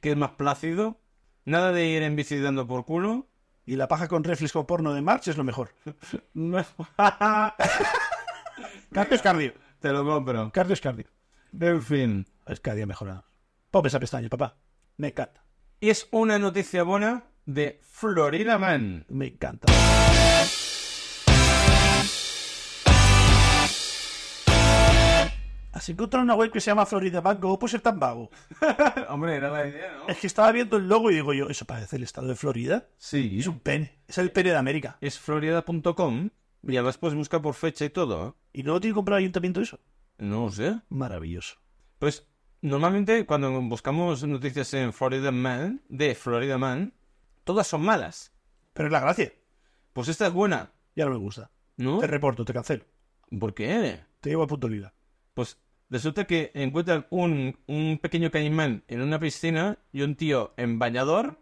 que es más plácido. Nada de ir en bici dando por culo. Y la paja con reflex con porno de March es lo mejor. No. Cardio es cardio. Te lo compro. Cardio es cardio. En fin. Es cada día mejorado. Pop esa pestaña, papá. Me encanta. Y es una noticia buena de Florida Man. Me encanta. Has encontrado una web que se llama Florida Man. ¿Cómo puede ser tan vago? Hombre, era la idea, ¿no? Es que estaba viendo el logo y digo yo, ¿eso parece el estado de Florida? Sí. Es un pene. Es el pene de América. Es florida.com y además puedes buscar por fecha y todo. ¿Y no lo tiene que comprar el ayuntamiento eso? No lo sé. Maravilloso. Pues normalmente cuando buscamos noticias en Florida Man, de Florida Man, todas son malas. Pero es la gracia. Pues esta es buena, Ya no me gusta. ¿no? Te reporto, te cancelo. ¿Por qué? Te llevo al punto lila. Pues resulta que encuentran un, un pequeño caimán en una piscina y un tío en bañador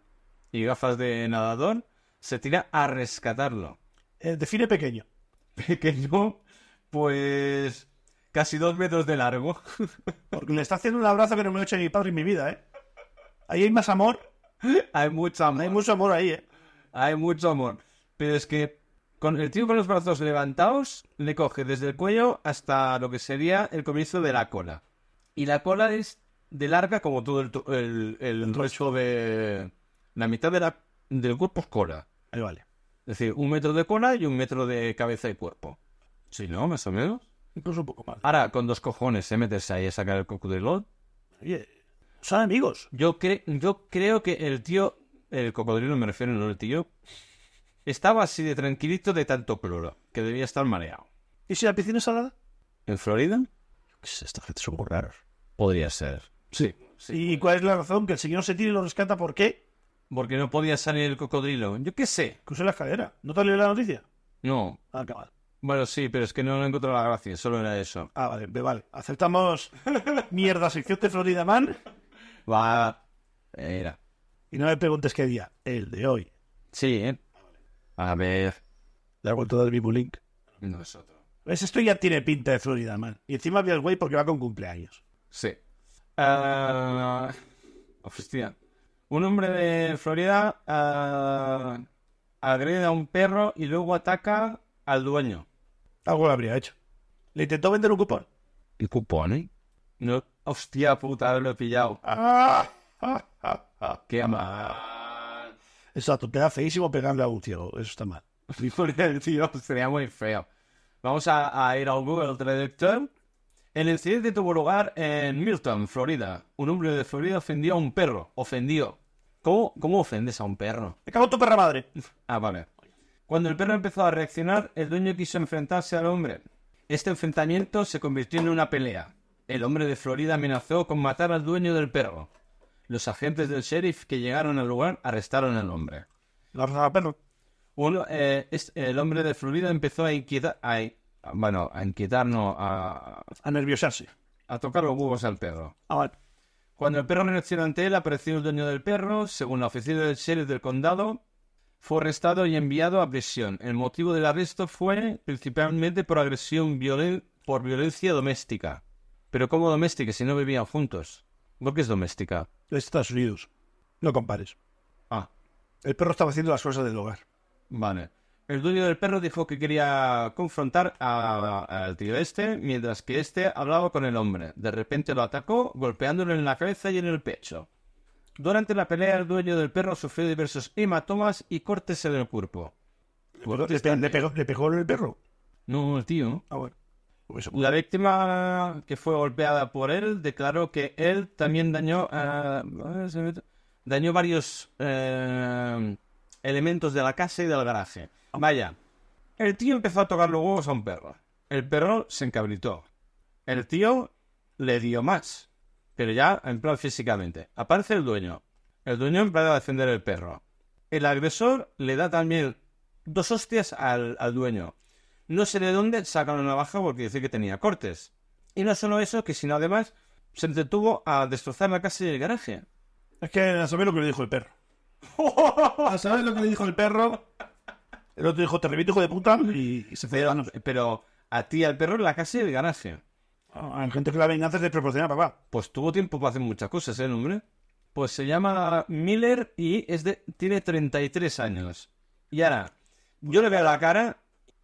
y gafas de nadador se tira a rescatarlo. Eh, define pequeño. Pequeño, pues casi dos metros de largo. Porque le está haciendo un abrazo que no me ha hecho mi padre en mi vida, ¿eh? Ahí hay más amor. Hay mucho amor. Hay mucho amor ahí, ¿eh? Hay mucho amor. Pero es que con el tío con los brazos levantados le coge desde el cuello hasta lo que sería el comienzo de la cola. Y la cola es de larga como todo el, tro- el, el resto de... La mitad de la- del cuerpo es cola. Ahí vale. Es decir, un metro de cola y un metro de cabeza y cuerpo. Sí, ¿no? Más o menos. Incluso un poco más. Ahora, con dos cojones, se meterse ahí a sacar el cocodrilo. Oye, son amigos. Yo, cre- yo creo que el tío, el cocodrilo me refiero, no el tío, estaba así de tranquilito de tanto cloro, que debía estar mareado. ¿Y si la piscina es salada? ¿En Florida? ¿Qué es esta gente? Son muy raros. Podría ser. Sí. ¿Y cuál es la razón? Que el señor se tira y lo rescata. ¿Por qué? Porque no podía salir el cocodrilo. Yo qué sé. Crucé la escalera. ¿No te has leído la noticia? No. Ah, qué mal. Bueno, sí, pero es que no, no encontré la gracia, solo era eso. Ah, vale, ve- vale. Aceptamos mierda sección de Florida Man. Va. Era. Y no me preguntes qué día. El de hoy. Sí, ¿eh? A ver. Le hago todo el mismo link. No es otro. ¿Ves? Pues Esto ya tiene pinta de Florida Man. Y encima vi al güey porque va con cumpleaños. Sí. Ah, hostia. Un hombre de Florida ah, agrede a un perro y luego ataca al dueño. Algo lo habría hecho. Le intentó vender un cupón. ¿Y cupón, eh? No, hostia puta, lo he pillado. Ah, ah, ah, ah. Qué mal. Exacto, queda feísimo pegarle a un ciego. Eso está mal. el tío, sería muy feo. Vamos a, a ir al Google Traductor. El incidente tuvo lugar en Milton, Florida. Un hombre de Florida ofendió a un perro. Ofendió. ¿Cómo, cómo ofendes a un perro? Me cago en tu perra madre. Ah, vale. Cuando el perro empezó a reaccionar, el dueño quiso enfrentarse al hombre. Este enfrentamiento se convirtió en una pelea. El hombre de Florida amenazó con matar al dueño del perro. Los agentes del sheriff que llegaron al lugar arrestaron al hombre. La raza perro. Uno, eh, es- el hombre de Florida empezó a inquietar, a, bueno, a inquietarnos, a, A nerviosarse. a tocar los huevos al perro. Ah, vale. Cuando el perro reaccionó ante él, apareció el dueño del perro. Según la oficina del sheriff del condado, fue arrestado y enviado a prisión. El motivo del arresto fue principalmente por agresión violen- por violencia doméstica. Pero ¿cómo doméstica si no vivían juntos? ¿Por qué es doméstica? De Estados Unidos. No compares. Ah, El perro estaba haciendo las cosas del hogar. Vale. El dueño del perro dijo que quería confrontar a- a- al tío este, mientras que este hablaba con el hombre. De repente lo atacó, golpeándolo en la cabeza y en el pecho. Durante la pelea, el dueño del perro sufrió diversos hematomas y cortes en el cuerpo. ¿Le, pe- le pegó, ¿Le pegó el perro? No, tío. Ah, bueno. Pues eso. La víctima que fue golpeada por él declaró que él también dañó, ah, dañó varios eh, elementos de la casa y del garaje. Vaya, el tío empezó a tocar los huevos a un perro. El perro se encabritó. El tío le dio más, pero ya en plan físicamente. Aparece el dueño. El dueño en plan a defender el perro. El agresor le da también dos hostias al, al dueño. No sé de dónde sacaron la navaja porque dice que tenía cortes. Y no solo eso, que sino además se entretuvo a destrozar la casa y el garaje. Es que a saber lo que le dijo el perro. A saber lo que le dijo el perro. El otro dijo, te reviento, hijo de puta. Y, y se fue a Pero a ti, al perro, la casa y el garaje. Hay gente que la venganza es de proporcionar, papá. Pues tuvo tiempo para hacer muchas cosas, ¿eh, el hombre? Pues se llama Miller y es de, tiene 33 años. Y ahora, yo le veo la cara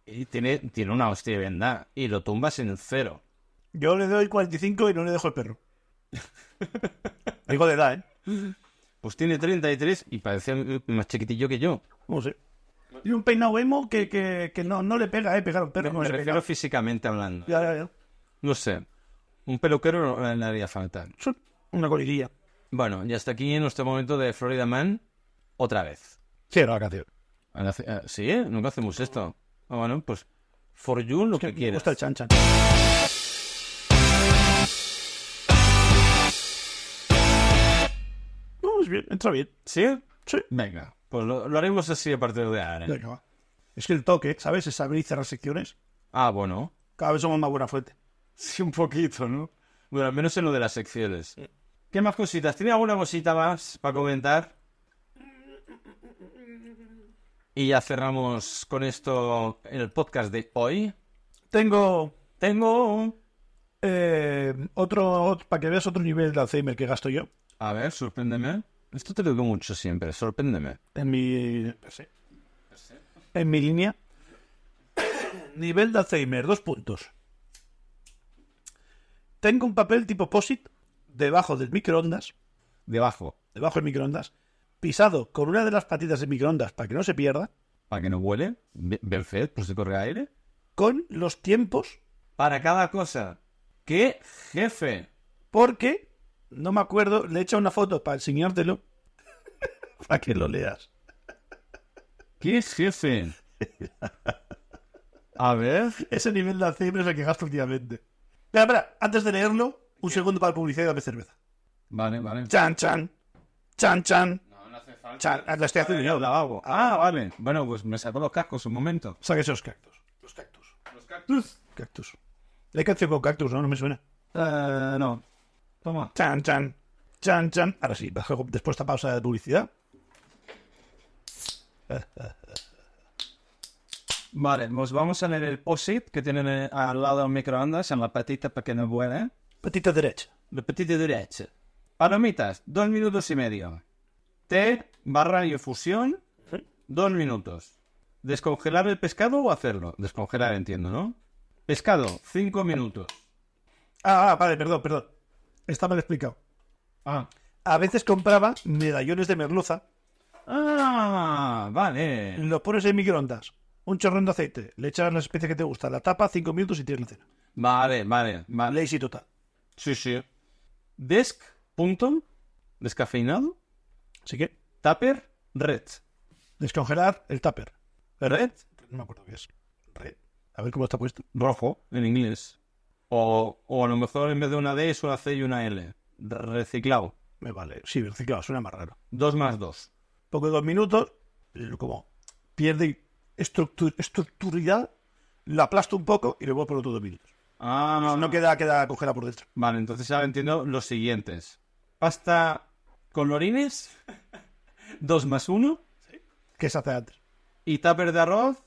y tiene, tiene una hostia de venda y lo tumbas en cero. Yo le doy 45 y no le dejo el perro. Digo de edad, ¿eh? Pues tiene 33 y parece más chiquitillo que yo. No sé. Tiene un peinado emo que, que, que no, no le pega, ¿eh? Pegar a un perro. Me, con me ese refiero peinado. físicamente hablando. Ya, ya, ya. No sé. Un peluquero no le haría falta. Son Una colirilla. Bueno, y hasta aquí nuestro momento de Florida Man otra vez. Cierra la canción. Ahora hace- ah, Sí, ¿eh? Nunca hacemos esto. Ah, bueno, pues for you lo que Me quieras. gusta el chan chan. No, es bien, entra bien. ¿Sí? Sí. Venga, pues lo, lo haremos así a partir de ahora. Venga, va. Es que el toque, ¿sabes? Es abrir y cerrar secciones. Ah, bueno. Cada vez somos más buena fuente. Sí, un poquito, ¿no? Bueno, al menos en lo de las secciones. ¿Qué más cositas? ¿Tiene alguna cosita más para comentar? Y ya cerramos con esto el podcast de hoy. Tengo Tengo... eh, otro, ot- para que veas otro nivel de Alzheimer que gasto yo. A ver, sorpréndeme. Esto te lo digo mucho siempre, sorpréndeme. En mi. sí. En mi línea. Nivel de Alzheimer, dos puntos. Tengo un papel tipo POSIT debajo del microondas, Debajo, debajo del microondas, pisado con una de las patitas del microondas para que no se pierda, para que no vuele. Be- Belfed, por si corre aire. con los tiempos, Para cada cosa. ¡Qué jefe! porque no me acuerdo, le he hecho una foto para enseñártelo, para que lo leas. ¡Qué jefe! A ver. Ese nivel de Alzheimer es el que gasto últimamente. Espera, espera, antes de leerlo, un segundo para la publicidad y dame cerveza. Vale, vale. Chan, chan. Chan, chan. No, no hace falta. Chan, ah, la estoy haciendo yo. lavabo. Ah, vale. Bueno, pues me sacó los cascos un momento. Saque esos cactus. Los cactus. Los cactus. Cactus. Hay canción con cactus, ¿no? No me suena. Eh, no. Toma. Chan, chan. Chan, chan. Ahora sí, bajo- después de esta pausa de publicidad. Vale, pues vamos a leer el POSIT que tienen eh, al lado del microondas en la patita para que no vuele. Patita derecha. Repetite derecha. Palomitas, dos minutos y medio. Té, barra y fusión, dos minutos. Descongelar el pescado o hacerlo. Descongelar, entiendo, ¿no? Pescado, cinco minutos. Ah, ah, vale, perdón, perdón. Está mal explicado. Ah. A veces compraba medallones de merluza. Ah, vale. Los pones en microondas. Un chorrón de aceite. Le echas las especias que te gustan. La tapa, cinco minutos y tienes la cena. Vale, vale, vale. Lazy total. Sí, sí. Desk, punto, descafeinado, Así que, tupper, red. descongelar el tupper. Red, No me acuerdo qué es. Red. A ver cómo está puesto. rojo, en inglés. O, o a lo mejor en vez de una D es una C y una L. Reciclado. Me vale. Sí, reciclado, suena más raro. Dos más dos. Porque dos minutos, eh, como pierde estructu- estructuralidad, la aplasto un poco y le vuelvo por otros dos minutos. Ah, no, No queda, queda cogera por dentro. Vale, entonces ahora entiendo los siguientes. Pasta colorines, dos más uno. ¿Qué se hace antes? Y tupper de arroz,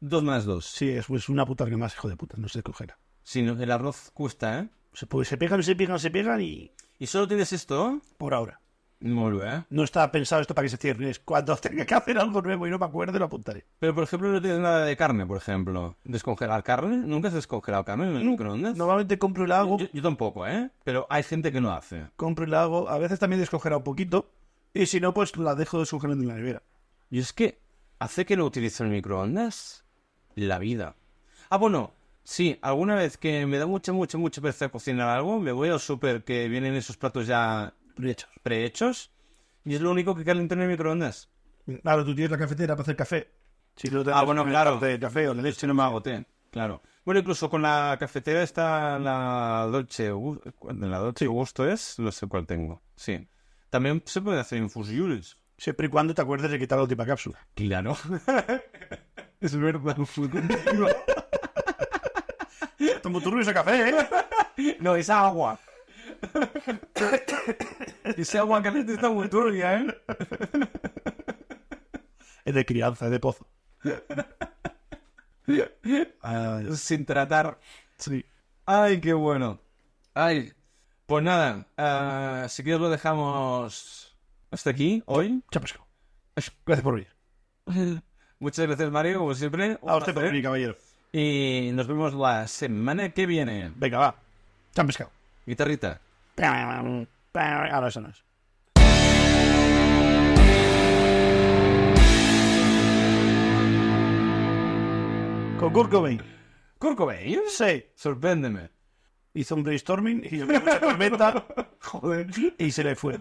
dos más dos. Sí, es, es una puta que más, hijo de puta, no se cogera. Si no, el arroz cuesta, ¿eh? Se, pues, se pegan, se pegan, se pegan y ¿Y solo tienes esto? por ahora. Muy bien. No está pensado esto para que se cierre. Es cuando tenga que hacer algo nuevo y no me acuerdo, lo apuntaré. Pero, por ejemplo, no tienes nada de carne, por ejemplo. ¿Descongelar carne? ¿Nunca has descongelado carne en el microondas? Normalmente compro y la hago. Yo, yo tampoco, ¿eh? Pero hay gente que no hace. Compro y la hago. A veces también descogera un poquito. Y si no, pues la dejo descongelando en la nevera. Y es que hace que no utilizo el microondas la vida. Ah, bueno, sí, alguna vez que me da mucha, mucha, mucha pereza cocinar algo, me voy al súper que vienen esos platos ya Prehechos. prehechos y es lo único que caliento en el microondas. Claro, tú tienes la cafetera para hacer café. Si no te Ah, bueno, claro. De café o de leche. Si no me agoté, claro. Bueno, incluso con la cafetera está la Dolce, Gu- de la Dolce Gusto es, no sé cuál tengo. Sí. También se puede hacer infusiones. Siempre y cuando te acuerdes de quitar la última cápsula. Claro. es verdad. Tomo turbio ese café, ¿eh? no, es agua. Ese agua caliente está muy turbia, ¿eh? Es de crianza, es de pozo. Sin tratar. Sí. Ay, qué bueno. Ay, pues nada, ah, si quieres lo dejamos hasta aquí hoy. Chapasco. Gracias por venir. Muchas gracias, Mario, como siempre. Un A usted por placer. venir, caballero. Y nos vemos la semana que viene. Venga, va. Chapasco. Guitarrita. Ahora eso no es. Con Kurt Cobain. Kurt Cobain, Sí. sorpréndeme. Hizo un brainstorming y mucha tormenta. Joder. Y se le fue.